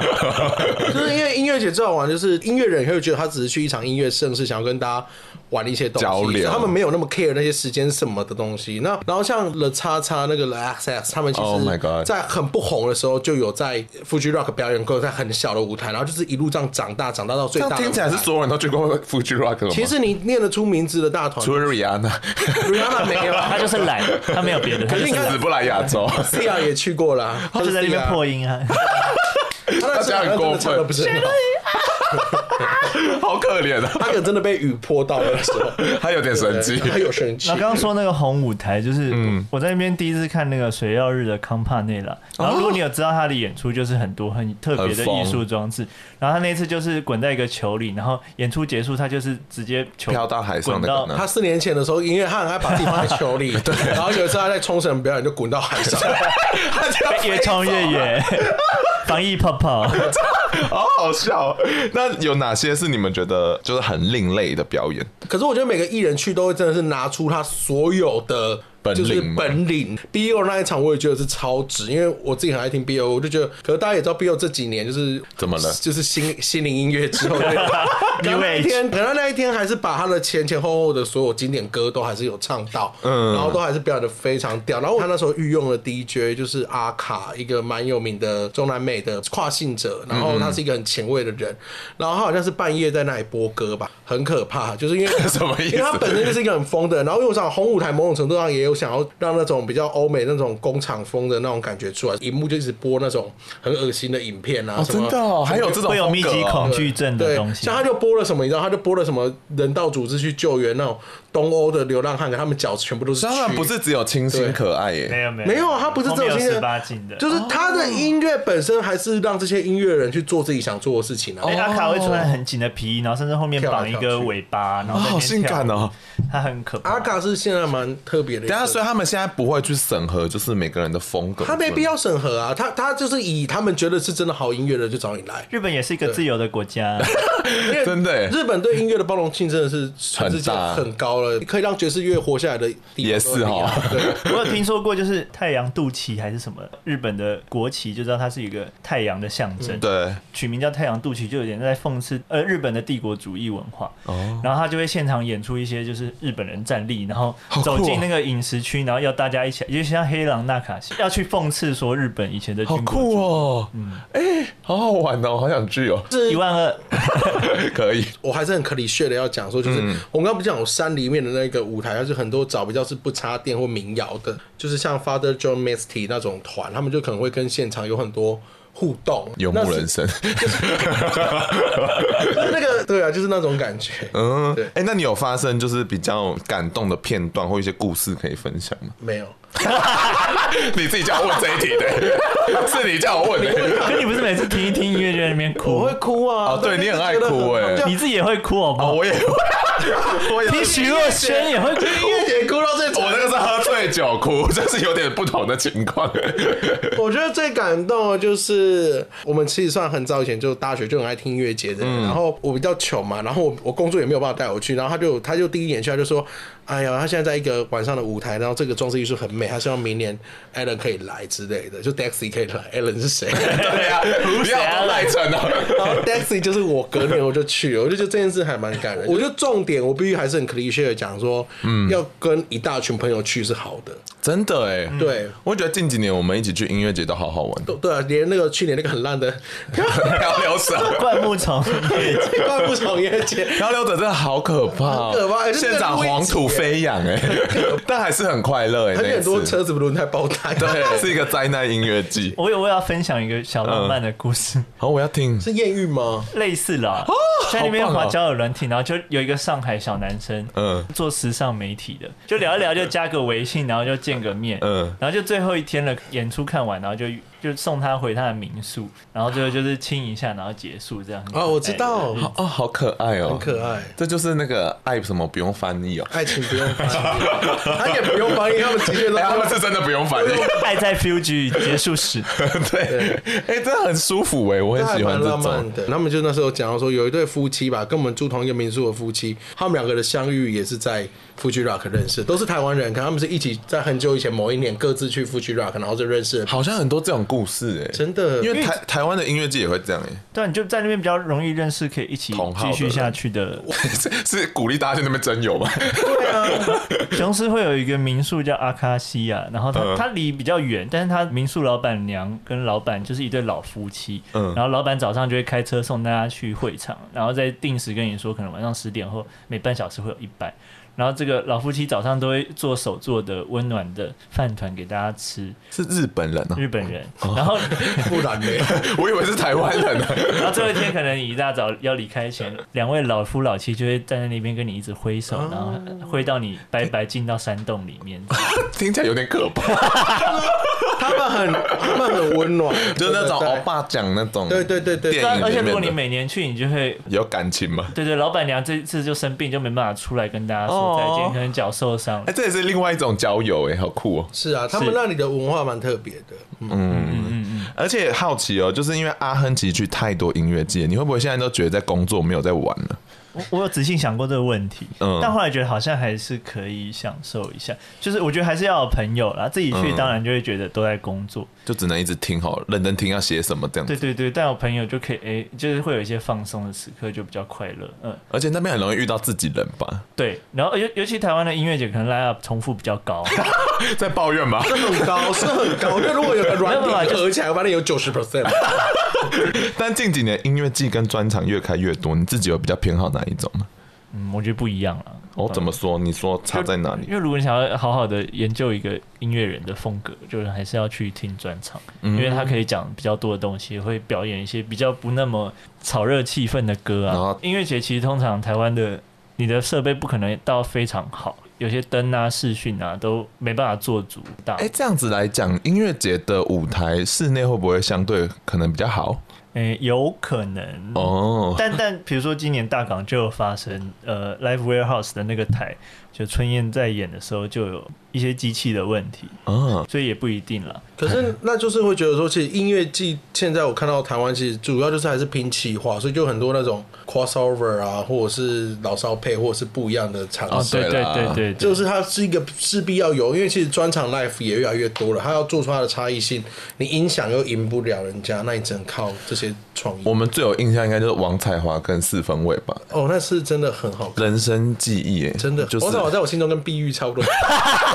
S3: 就是因为音乐节最好玩，就是音乐人也会觉得他只是去一场音乐盛事，想要跟大家玩一些东西，
S2: 交流
S3: 所以他们没有那么 care 那些时间什么的东西。那然后像 The 叉叉那个 The X X，他们其
S2: Oh my god
S3: 实在很不红的时候就有在 Fuji Rock 表演过，在很小的舞台，然后就是一路这样长大，长大到最
S2: 这
S3: 大
S2: 样
S3: 的
S2: 听
S3: 舞台。
S2: 起来是所有人都去过 Fuji Rock 了吗？
S3: 其实你念得出名字的大团
S2: 除了 Rihanna，
S3: ，Rihanna 没有啊，
S1: 他就是懒，他没有别的，他就
S3: 你
S1: 是
S3: 看
S2: 死不来亚 洲。
S3: Sia 也去过啊啦，
S1: 他就在那边破音啊，
S3: 他那时候好像真的唱的不是很好，
S2: 好可怜
S3: 他
S2: 啊，
S3: 可能真的被雨泼到了那时 候，
S2: 他有点神经。
S3: 他有生气
S1: 然后。刚刚说那个红舞台，就是
S2: 嗯
S1: 我在那边第一次看那个水曜日的康帕内拉。
S2: 哦
S1: 然后如果你有知道他的演出，就是很多很特别的
S2: 很疯
S1: 艺术装置。然后他那次就是滚在一个球里，然后演出结束，他就是直接球
S2: 飘到海上的
S1: 滚到
S2: 可能
S3: 他四年前的时候，因为他很爱把自己放 在球里，然后有一次他在冲绳表演就滚到海上，
S2: 他这样
S1: 越冲越 远，防疫泡泡。
S2: 好好笑哦。那有哪些是你们觉得就是很另类的表演？
S3: 可是我觉得每个艺人去都会真的是拿出他所有的
S2: 本
S3: 就是
S2: 领嘛
S3: 本领。B O 那一场我也觉得是超值，因为我自己很爱听 B O，我就觉得，可是大家也知道 B O 这几年就是
S2: 怎么了
S3: 就是 心心灵音乐之后，对 然后那一天，可能那一天还是把他的前前后后的所有经典歌都还是有唱到，嗯，然后都还是表演的非常屌。然后他那时候御用的 DJ 就是阿卡，一个蛮有名的中南美的跨性者，
S2: 嗯
S3: 然后他是一个很前卫的人，然后他好像是半夜在那里播歌吧，很可怕，就是因为
S2: 什么意思
S3: 因为他本身就是一个很疯的人，然后因为我想红舞台某种程度上也有想要让那种比较欧美那种工厂风的那种感觉出来，荧幕就一直播那种很恶心的影片啊，
S2: 哦，
S3: 什
S2: 真
S3: 么
S2: 的哦，还有这种
S1: 会有密集
S2: 风格哦
S1: 恐惧症的
S3: 对，
S1: 东西
S3: 像。他就播了什么，你知道，他就播了什么人道组织去救援那种东欧的流浪汉，可他们脚全部都是
S2: 所以他们
S3: 蛆
S2: 不是只有清新
S3: 对
S2: 可爱耶，
S1: 没有没有
S3: 没有啊，他不是这种
S1: 十八禁的，
S3: 就是他的音乐本身还是让这些音乐人去做自己想做的事情啊
S1: 哎。阿卡会穿很紧的皮衣，然后甚至后面绑一个尾巴，然后在
S2: 哦
S1: 那边
S2: 好性感
S1: 跳舞，
S2: 哦。
S1: 他很可怕。
S3: 阿卡是现在蛮特别的一个，
S2: 等一啊下，所以他们现在不会去审核，就是每个人的风格。
S3: 他没必。要审核啊，他他就是以他们觉得是真的好音乐的就找你来，
S1: 日本也是一个自由的国家，
S3: 因 为
S2: 真的欸
S3: 日本对音乐的包容性真的是全世界
S2: 很大
S3: 很高了，可以让爵士乐活下来的地方
S2: 也是哦
S3: 都很厉害对。
S1: 我有听说过，就是太阳肚脐还是什么，日本的国旗就知道它是一个太阳的象征。
S2: 对，
S1: 取名叫太阳肚脐，就有点在讽刺呃日本的帝国主义文化。哦，然后他就会现场演出一些就是日本人站立，然后
S2: 好酷哦
S1: 走进那个饮食区，然后要大家一起，就像黑狼纳卡西要去讽刺说日本以前的
S2: 好
S1: 军国
S2: 酷哦！哎，好好玩哦，好想去哦。
S1: 一万二，
S2: 可以，
S3: 我还是很可理血的要讲说，就是、
S2: 嗯
S3: 我们刚刚不是讲我山里面的那个舞台，它是很多找比较是不插电或民谣的，就是像 Father John Misty 那种团，他们就可能会跟现场有很多互动，
S2: 游牧人生。
S3: 那是那个对啊，就是那种感觉。
S2: 嗯
S3: 对，
S2: 哎，那你有发生就是比较感动的片段或一些故事可以分享吗？
S3: 没有，
S2: 你自己叫我问这一题的， 是你叫我问的。
S1: 可你不是每次听一听音乐就在那边哭，
S3: 哭啊
S2: 哦对你很爱 哭欸
S3: 就
S1: 你自己也会哭好不好？
S2: 哦我也会，我也
S1: 听徐若瑄也会哭。
S3: 音乐节哭到最惨
S2: 我那个是喝醉酒哭，这是有点不同的情 况。
S3: 我觉得最感动的就是我们其实算很早以前就大学就很爱听音乐节的人，然后我比较穷嘛，然后我我工作也没有办法带我去，然后他就他就第一眼去他就说，哎呀，他现在在一个晚上的舞台，然后这个装饰艺术很美，他希望明年 Alan 可以来之类的，就 Dexy 可以来，Alan 是谁？
S2: 对 呀、啊，不要当赖成
S3: 然
S2: 哦。
S3: 后 Dexy 就是我隔年我就去了，我就觉得这件事还蛮感 人。我觉得重点我必须还是很 cliche 的讲说，嗯，要跟一大群朋友去是好的，
S2: 真的哎、
S3: 对
S2: 我觉得近几年我们一起去音乐节都好好玩，
S3: 嗯 对啊，连那个去年那个很烂的
S2: 漂流者，
S1: 灌木丛音乐节，
S3: 怪不从音乐节。
S2: 漂流者真的好可怕哦，
S3: 很可怕欸真的
S2: 现场
S3: 很危
S2: 黄土
S3: 险
S2: 飞扬哎、 但还是很快乐哎、
S3: 而且
S2: 那一
S3: 欸很多
S2: 次
S3: 车子轮胎爆胎，
S2: 对，是一个灾难音乐 季。
S1: 我有我要分享一个小浪漫的故事。
S2: 好，我要听。
S3: 是艳遇吗？
S1: 类似啦，在那边
S2: 好棒哦
S1: 滑交友软体，然后就有一个上海小男生，
S2: 嗯
S1: 嗯，做时尚媒体的，就聊一聊，就加个微信，然后就见个面，
S2: 嗯
S1: 嗯，然后就最后一天了，演出看完，然后就就送他回他的民宿，然后最后就是亲一下，然后结束这样。
S3: 哦，我知道，
S2: 好哦，好可爱哦，
S3: 很可爱
S2: 这就是那个爱什么不用翻译哦，
S3: 爱情不用翻 译， 他也不用翻译，他们直接都
S2: 哎，他们是真的不用 翻译。
S1: 爱在 Fuji 结束时，
S2: 对，哎、真的很舒服哎、我
S3: 这
S2: 很
S3: 还
S2: 喜欢
S3: 蛮
S2: 这
S3: 浪
S2: 种
S3: 漫。的。他们就那时候讲到说，有一对夫妻吧，跟我们住同一个民宿的夫妻，他们两个的相遇也是在 Fuji Rock 认识，都是台湾人，可他们是一起在很久以前某一年各自去 Fuji Rock，然后就认识了。
S2: 好像很多这种故事哎、
S3: 真的，
S2: 因为 台台湾的音乐季也会这样哎、
S1: 对，你就在那边比较容易认识，可以一起
S2: 同好的
S1: 继续下去的。
S2: 是是鼓励大家去那边征 友吗？
S1: 雄狮会有一个民宿叫阿卡西亚，然后它、
S2: 嗯
S1: 它离比较远，但是它民宿老板娘跟老板就是一对老夫妻，
S2: 嗯
S1: 然后老板早上就会开车送大家去会场，然后再定时跟你说，可能晚上十点后每半小时会有一班，然后这个老夫妻早上都会做手做的温暖的饭团给大家吃，
S2: 是日本人
S3: 啊
S2: 哦、
S1: 日本人，然后
S3: 不然呢？
S2: 我以为是台湾人呢、啊
S1: 然后最后一天可能你一大早要离开前，两位老夫老妻就会站在那边跟你一直挥手，然
S2: 哦
S1: 后挥到你拜拜进到山洞里面。
S2: 听起来有点可怕。
S3: 他们们很他们很温暖，
S2: 就是那种
S3: 对
S2: 欧巴讲那种，
S3: 对对对对对
S2: 电影里面
S1: 啊
S2: 的
S1: 而且如果你每年去，你就会。
S2: 有感情吗？
S1: 对对，老板娘这次就生病，就没办法出来跟大家说再
S2: 哦
S1: 见，可能脚受伤了
S2: 哎、。这也是另外一种交友、哎，好酷哦、
S3: 是啊，他们那里的文化蛮特别的。
S2: 而且好奇哦、就是因为阿亨其实去太多音乐季，你会不会现在都觉得在工作没有在玩了？
S1: 我我有仔细想过这个问题，
S2: 嗯
S1: 但后来觉得好像还是可以享受一下，就是我觉得还是要有朋友啦，自己去
S2: 嗯
S1: 当然就会觉得都在工作，
S2: 就只能一直听好了，认真听要写什么这样
S1: 对
S2: 子。
S1: 对对，但有朋友就可以，诶，就是会有一些放松的时刻，就比较快乐，嗯，
S2: 而且那边很容易遇到自己人吧，
S1: 对，然后尤尤其台湾的音乐节可能 line up 重复比较高，
S2: 在抱怨吧。
S3: 这很高，是很高。因为如果有个软
S1: 没有办法
S3: 体
S1: 就是
S3: 合起来，我发现有九十 percent。
S2: 但近几年音乐季跟专场越开越多，你自己有比较偏好哪一种吗？
S1: 嗯，我觉得不一样了。
S2: 哦，怎么说？你说差在哪里
S1: 因？为如果你想要好好的研究一个音乐人的风格，就是还是要去听专场，
S2: 嗯
S1: 因为他可以讲比较多的东西，会表演一些比较不那么炒热气氛的歌
S2: 然
S1: 啊
S2: 后。
S1: 音乐节其实通常台湾的你的设备不可能到非常好，有些灯啊、视讯啊都没办法做足大。
S3: 呃
S2: 哎、
S1: 诶、
S2: 这样子来讲，音乐节的舞台室内会不会相对可能比较好？
S1: 有可能。
S3: 嗯
S2: 哦，
S1: 但但比如说今年大港就有发生，呃，Live Warehouse 的那个台，就春燕在演的时候就有一些机器的问题，
S2: 嗯，
S1: 所以也不一定啦。
S3: 可是那就是会觉得说，其实音乐季现在我看到台湾其实主要就是还是拼企划，所以就很多那种 crossover 啊，或者是老少配，或者是不一样的场
S2: 哦
S3: 景。
S1: 对
S2: 对
S1: 对
S2: 啦
S1: 对对，对
S3: 就是它是一个势必要有，因为其实专场 l i f e 也越来越多了，它要做出它的差异性，你音响又赢不了人家，那你只能靠这些创意
S2: 我。们最有印象应该就是王彩华跟四分卫吧，
S3: 哦，那是真的很好看，
S2: 人生记忆，哎，
S3: 真的。
S2: 就是
S3: 王少华在我心中跟碧玉差不多。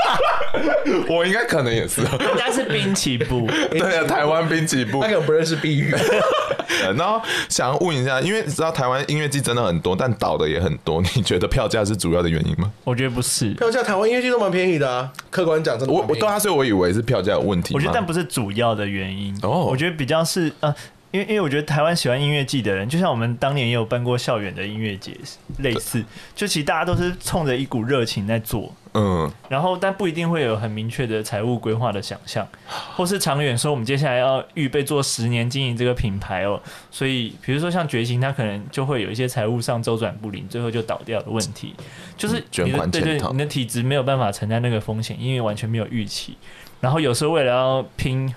S2: 我应该可能也 是，
S1: 人家是滨崎步，
S2: 对啊，台湾滨崎步
S3: 他可。能不认识碧玉，
S2: 呃然后想要问一下，因为知道台湾音乐季真的很多，但倒的也很多，你觉得票价是主要的原因吗？
S1: 我觉得不是，
S3: 票价台湾音乐剧都蛮便宜的啊。客观讲，真的
S2: 我
S3: 蛮
S2: 我
S3: 便宜
S2: 对啊，所以我以为是票价有问题嘛。
S1: 我觉得但不是主要的原因。
S2: 哦
S1: 我觉得比较是呃，因为因为我觉得台湾喜欢音乐季的人，就像我们当年也有办过校园的音乐节，类似，就其实大家都是冲着一股热情在做。
S2: 嗯，
S1: 然后，但不一定会有很明确的财务规划的想 象，或是长远说我们接下来要预备做十年经营这个品牌哦。所以，比如说像觉醒，它可能就会有一些财务上周转不灵，最后就倒掉的问题，就是
S2: 嗯卷
S1: 你的
S2: 款
S1: 对
S2: 潜
S1: 对
S2: 逃，
S1: 你的体质没有办法承担那个风险，因为完全没有预期。然后有时候为了要拼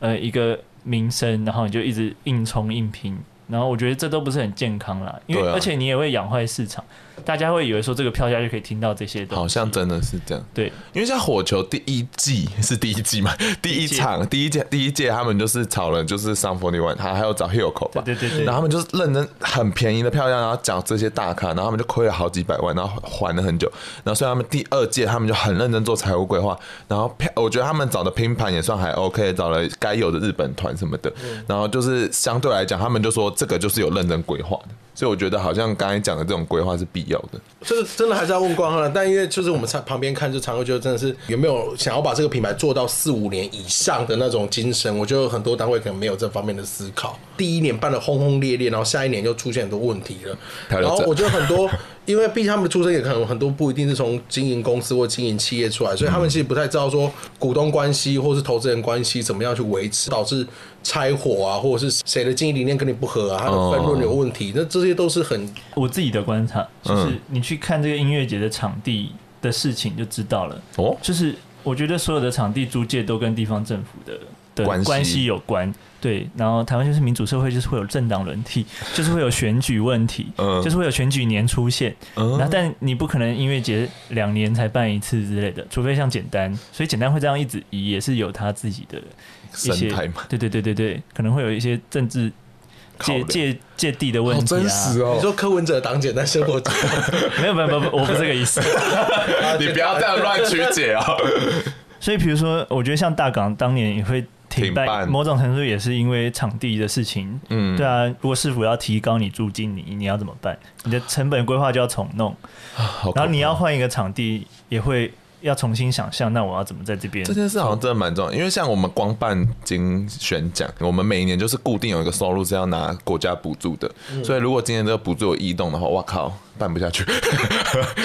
S1: 呃一个名声，然后你就一直硬冲硬拼，然后我觉得这都不是很健康啦，因为、
S2: 对啊
S1: 而且你也会养坏市场，大家会以为说这个票价就可以听到这些东西，
S2: 好像真的是这样。
S1: 对。
S2: 因为像火球第一季是第一季 嘛，第一
S1: 届
S2: 场第一届第一届他们就是炒了，就是上 f o r t One，还还有找 Hilco 吧，
S1: 对对对对
S2: 然后他们就是认真很便宜的票价，然后找这些大咖，然后他们就亏了好几百万，然后还了很久，然后所以他们第二届他们就很认真做财务规划，然后票我觉得他们找的拼盘也算还 OK，找了该有的日本团什么的，
S1: 嗯
S2: 然后就是相对来讲，他们就说这个就是有认真规划的，所以我觉得好像刚才讲的这种规划是必要的。
S3: 这个真的还是要问光了。但因为就是我们在旁边看，就常会觉得真的是有没有想要把这个品牌做到四五年以上的那种精神，我觉得很多单位可能没有这方面的思考。第一年办的轰轰烈烈，然后下一年又出现很多问题了，
S2: 还有
S3: 然后
S2: 这
S3: 我觉得很多， 因为毕竟他们的出身也可能很多不一定是从经营公司或经营企业出来，所以他们其实不太知道说股东关系或是投资人关系怎么样去维持，导致拆伙啊，或者是谁的经营理念跟你不合啊，他的分论有问题，那这些都是很
S1: 我自己的观察就是
S2: 嗯，
S1: 你去看这个音乐节的场地的事情就知道了。
S2: 哦
S1: 就是我觉得所有的场地租借都跟地方政府的
S2: 关
S1: 的
S2: 系
S1: 关系有关。对，然后台湾就是民主社会，就是会有政党轮 替，就是会有选举问题，
S2: 嗯
S1: 就是会有选举年出现。
S2: 嗯
S1: 那但你不可能音乐节两年才办一次之类的，除非像简单，所以简单会这样一直移，也是有他自己的一
S2: 生
S1: 些
S2: 态嘛，
S1: 对对对对对，可能会有一些政治
S2: 考
S1: 芥
S2: 量
S1: 芥芥蒂的问
S2: 好
S1: 题啊，
S2: 真实哦
S3: 你，说柯文哲的党简单生 活中，
S1: 没有没有没有，我不是这个意 思。
S2: 你不要这样乱曲解哦。
S1: 所以比如说，我觉得像大港当年也会停
S2: 停
S1: 办，
S2: 办
S1: 某种程度也是因为场地的事情。
S2: 嗯
S1: 对啊，如果市府要提高你租金，你你要怎么办？你的成本规划就要重弄，
S2: 好
S1: 嗯
S2: 可怕
S1: 然后你要换一个场地也会。要重新想象，那我要怎么在这边
S2: 这？件事好像真的蛮重要，因为像我们光办金选奖，我们每一年就是固定有一个收入是要拿国家补助的，
S3: 嗯
S2: 所以如果今年这个补助有异动的话，哇靠，办不下 去，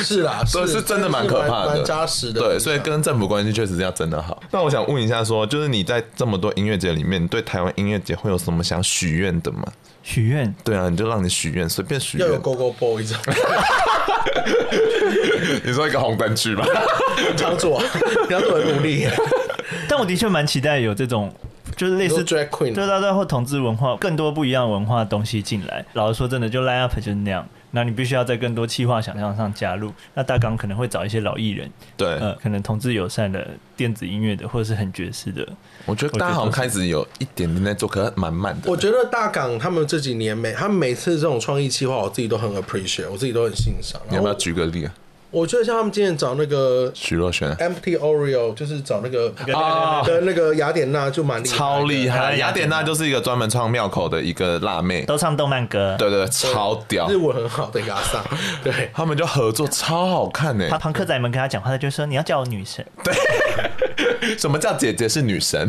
S3: 是啦，
S2: 所以是真的蛮可怕的，
S3: 蛮扎实的。
S2: 对，所以跟政府关系确实是要真的好。那我想问一下说就是你在这么多音乐节里面，你对台湾音乐节会有什么想许愿的吗？
S1: 许愿
S2: 对啊，你就让你许愿，随便许
S3: 要有
S2: 愿。
S3: Go Go Boy 这种
S2: 你说一个红灯区吧？
S3: 常做，啊你要做很努力。
S1: 但我的确蛮期待有这种，就是类似
S3: 你说 drag
S2: 啊
S3: queen
S1: 对对对，或同志文化更多不一样文化的东西进来。老实说，真的就 line up 就是那样。那你必须要在更多气化想象上加入。那大纲可能会找一些老艺人，
S2: 对，
S1: 呃，可能同志友善的、电子音乐的，或者是很爵士的。
S2: 我觉得大家好像开始有一点点在做，可是蛮慢的。
S3: 我觉得大港他们这几年每他们每次这种创意计划，我自己都很 appreciate，我自己都很欣赏。
S2: 你要不要
S3: 然后
S2: 举个例啊？
S3: 我觉得像他们今年找那个
S2: 徐若瑄啊
S3: Empty Oreo，就是找那个
S2: 啊
S3: 的那个雅典娜，就蛮厉害的
S2: 超厉
S3: 哎
S2: 害！雅
S1: 雅
S2: 典
S1: 典
S2: 娜就是一个专门唱庙口的一个辣妹，
S1: 都唱动漫歌，
S2: 对对，对超屌
S3: 日！文很好的雅萨，对。
S2: 他们就合作超好看欸呢、
S1: 庞庞克仔们跟他讲话，他就说你要叫我女神，
S2: 什么叫姐姐是女神？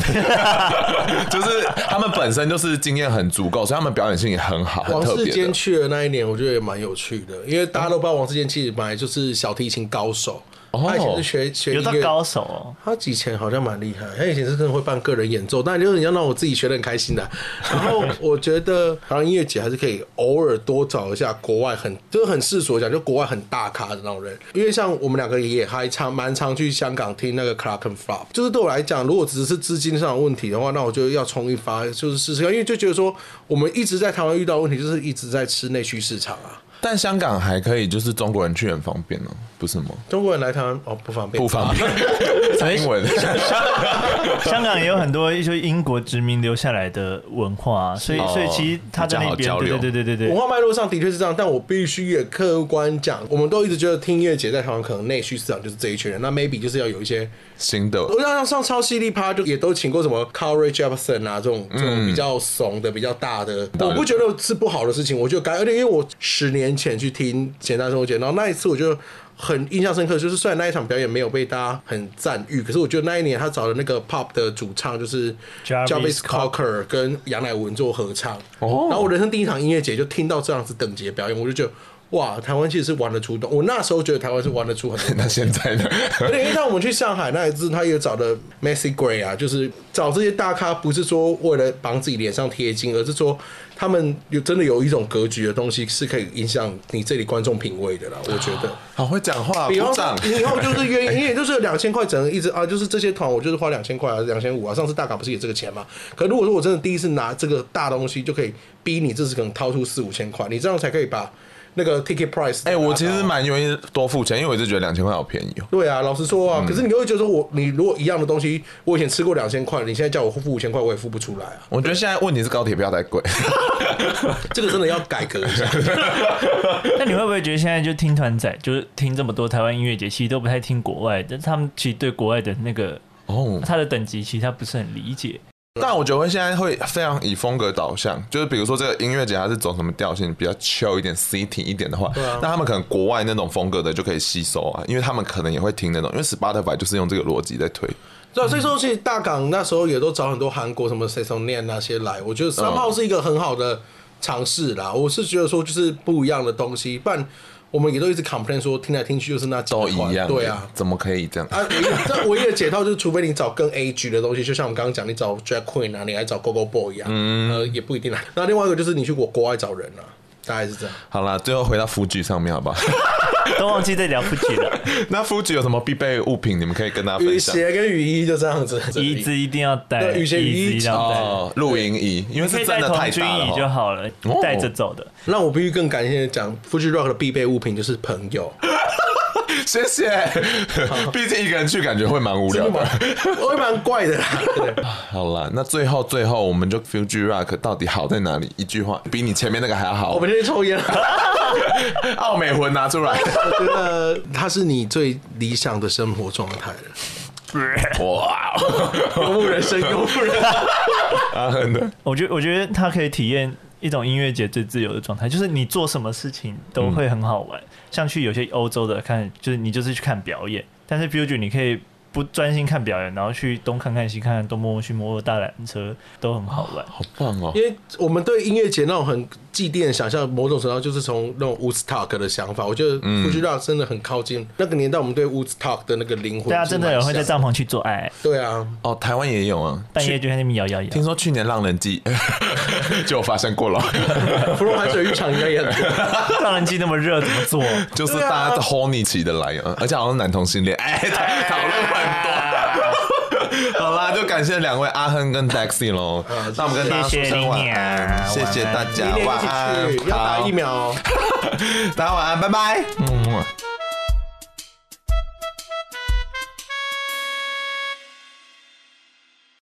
S2: 就是他们本身就是经验很足够，所以他们表演性也很好，很
S3: 王
S2: 特
S3: 世
S2: 别
S3: 坚
S2: 的。
S3: 去的那一年，我觉得也蛮有趣的，因为大家都不知道王世坚其实本来就是小提琴高手，
S2: 哦
S3: 他以前是学学
S1: 有
S3: 音
S1: 到
S3: 乐
S1: 高手 哦。
S3: 他以前好像蛮厉害，他以前是真的会办个人演奏，但就是你要让我自己学的很开心的、然后我觉得，好像音乐节还是可以偶尔多找一下国外很就是很世俗地讲，就国外很大咖的那种人。因为像我们两个也还常蛮常去香港听那个 Clark and Flop，就是对我来讲，如果只是资金上的问题的话，那我就要冲一发，就是试试看，因为就觉得说我们一直在台湾遇到的问题，就是一直在吃内需市场啊。
S2: 但香港还可以，就是中国人去很方便哦、不是吗？
S3: 中国人来台湾哦不方便，
S2: 不方便，讲英文。
S1: 香港也有很多一些英国殖民留下来的文化，啊所以
S2: 哦
S1: 所以其实他在那
S2: 比
S1: 边，
S2: 较好交
S1: 对
S2: 流
S1: 对对对对对
S3: 文，化脉络上的确是这样，但我必须也客观讲，我们都一直觉得听音乐节在台湾可能内需市场就是这一群人，那 maybe 就是要有一些，
S2: 新的
S3: 我让上超犀利趴就也都请过什么 c a r r y Jepson 啊这种这种比较怂的、比较大的，我不觉得是不好的事情，我就该，而且因为我十年前去听《简单生活节》，然后那一次我就。很印象深刻，就是虽然那一场表演没有被大家很赞誉，可是我觉得那一年他找的那个 pop 的主唱就是
S1: Jarvis
S3: Cocker 跟杨乃文做合唱，然后我人生第一场音乐节就听到这样子等级的表演，我就觉得哇，台湾其实是玩得出的。我那时候觉得台湾是玩得出很多
S2: 那现在呢？
S3: 而且因为像我们去上海那一次，他也找了 Messi Gray 啊，就是找这些大咖，不是说为了帮自己脸上贴金，而是说他们有真的有一种格局的东西是可以影响你这里观众品味的啦。我觉得，
S2: 好会讲话，
S3: 比
S2: 鼓
S3: 方
S2: 掌
S3: 说。你以后就是愿 意，因为就是两千块整个一直啊，就是这些团我就是花两千块啊，两千五啊。上次大港不是也这个钱嘛？可如果说我真的第一次拿这个大东西，就可以逼你这次可能掏出四五千块，你这样才可以把那个 ticket price。
S2: 哎、我其实。蛮愿意多付钱，因为我一直觉得两千块好便宜哦、
S3: 对啊，老实说啊，可是你又会觉得说我，你如果一样的东西，我以前吃过两千块，你现在叫我付五千块，我也付不出来啊。
S2: 我觉得现在问题是高铁票太贵，
S3: 这个真的要改革一下。
S1: 那你会不会觉得现在就听团仔，就是听这么多台湾音乐节，其实都不太听国外的，他们其实对国外的那个
S2: 哦，
S1: 他的等级，其实他不是很理解。
S2: 但我觉得会现在会非常以风格导向，就是比如说这个音乐节它是走什么调性，比较 chill 一点、city 一点的话，那他们可能国外那种风格的就可以吸收啊，因为他们可能也会听那种，因为 Spotify 就是用这个逻辑在推。
S3: 对啊，所以说其实大港那时候也都找很多韩国什么 s e s o n 那些来，我觉得三炮是一个很好的尝试啦。我是觉得说就是不一样的东西，不然我们也都一直 complain 说听来听去就是那几个
S2: 都
S3: 团
S2: 一样，
S3: 对啊，
S2: 怎么可以这样？
S3: 啊，唯一这唯一的解套就是，除非你找更 A G 的东西，就像我们刚刚讲，你找 Drag Queen 啊，你来找 Go Go Boy 啊，呃，也不一定啊。那另外一个就是你去国国外找人啊，大概是这样。
S2: 好啦，最后回到夫剧上面好 不好？
S1: 都忘记在聊不起 了，
S2: 那夫剧有什么必备物品，你们可以跟大家
S3: 雨
S2: 分享？
S3: 鞋跟雨啊衣就这样子，
S1: 椅子一定要带，
S3: 对
S1: 椅
S3: 雨
S1: 子
S3: 鞋雨衣
S1: 一定要带。
S2: 哦，露营椅，因为
S1: 可
S2: 是
S1: 以
S2: 真
S1: 带
S2: 的
S1: 童
S2: 太
S1: 军
S2: 大了
S1: 椅就
S2: 哦。
S1: 好了
S2: 哦，
S1: 带着走 的。
S3: 那我必须更感谢讲 Fuji Rock 的必备物品就是朋 友，
S2: 谢谢，毕竟一个人去感觉会蛮无聊
S3: 真的
S2: 的
S3: 蛮。我会蛮怪的啦。对
S2: 好啦，那最后最后，我们就 Fuji Rock 到底好在哪里？一句话，比你前面那个还要好。
S3: 哦 我们先去抽烟了。
S2: 奥美魂拿出来，
S3: 我觉得它是你最理想的生活状态 了。
S2: 哇，
S3: 游牧人生，游牧人生。
S2: 阿亨的，
S1: 我觉得我觉得他可以体验一种音乐节最自由的状态，就是你做什么事情都会很好玩。像去有些欧洲的看，就是你就是去看表演，但是 b u g e 你可以不专心看表演，然后去东看看西看看，东摸摸去摸摸大缆车，都很好玩。
S2: 好棒哦！
S3: 因为我们对音乐节那种很祭奠的想象，某种程度上就是从那种 Woodstock 的想法。我觉得 Fuji Rock 真的很靠近那个年代，我们对 Woodstock 的那个灵魂。
S1: 大家啊真的有人会在。帐篷去做爱，
S3: 对啊，
S2: 哦，台湾也有啊，
S1: 半夜就在那边摇摇摇。
S2: 听说去年浪人季 就有发生过了，
S3: 芙蓉海水浴场应该 也很多。
S1: 让人机那么热，怎么做？
S2: 就是大家 h o n y 起的来啊，而且好像男同性恋，哎，讨论很多。好啦，就感谢两位阿亨跟 Daxi 喽，那我们跟大家说声晚安，
S1: 谢
S2: 谢
S1: 谢
S2: 谢
S1: 你啊
S2: 大
S3: 明
S2: 家，
S3: 年
S2: 晚
S3: 一
S2: 安
S3: 起去，，要打
S2: 好
S3: 疫苗哦。
S2: 大家晚安，拜拜。嗯。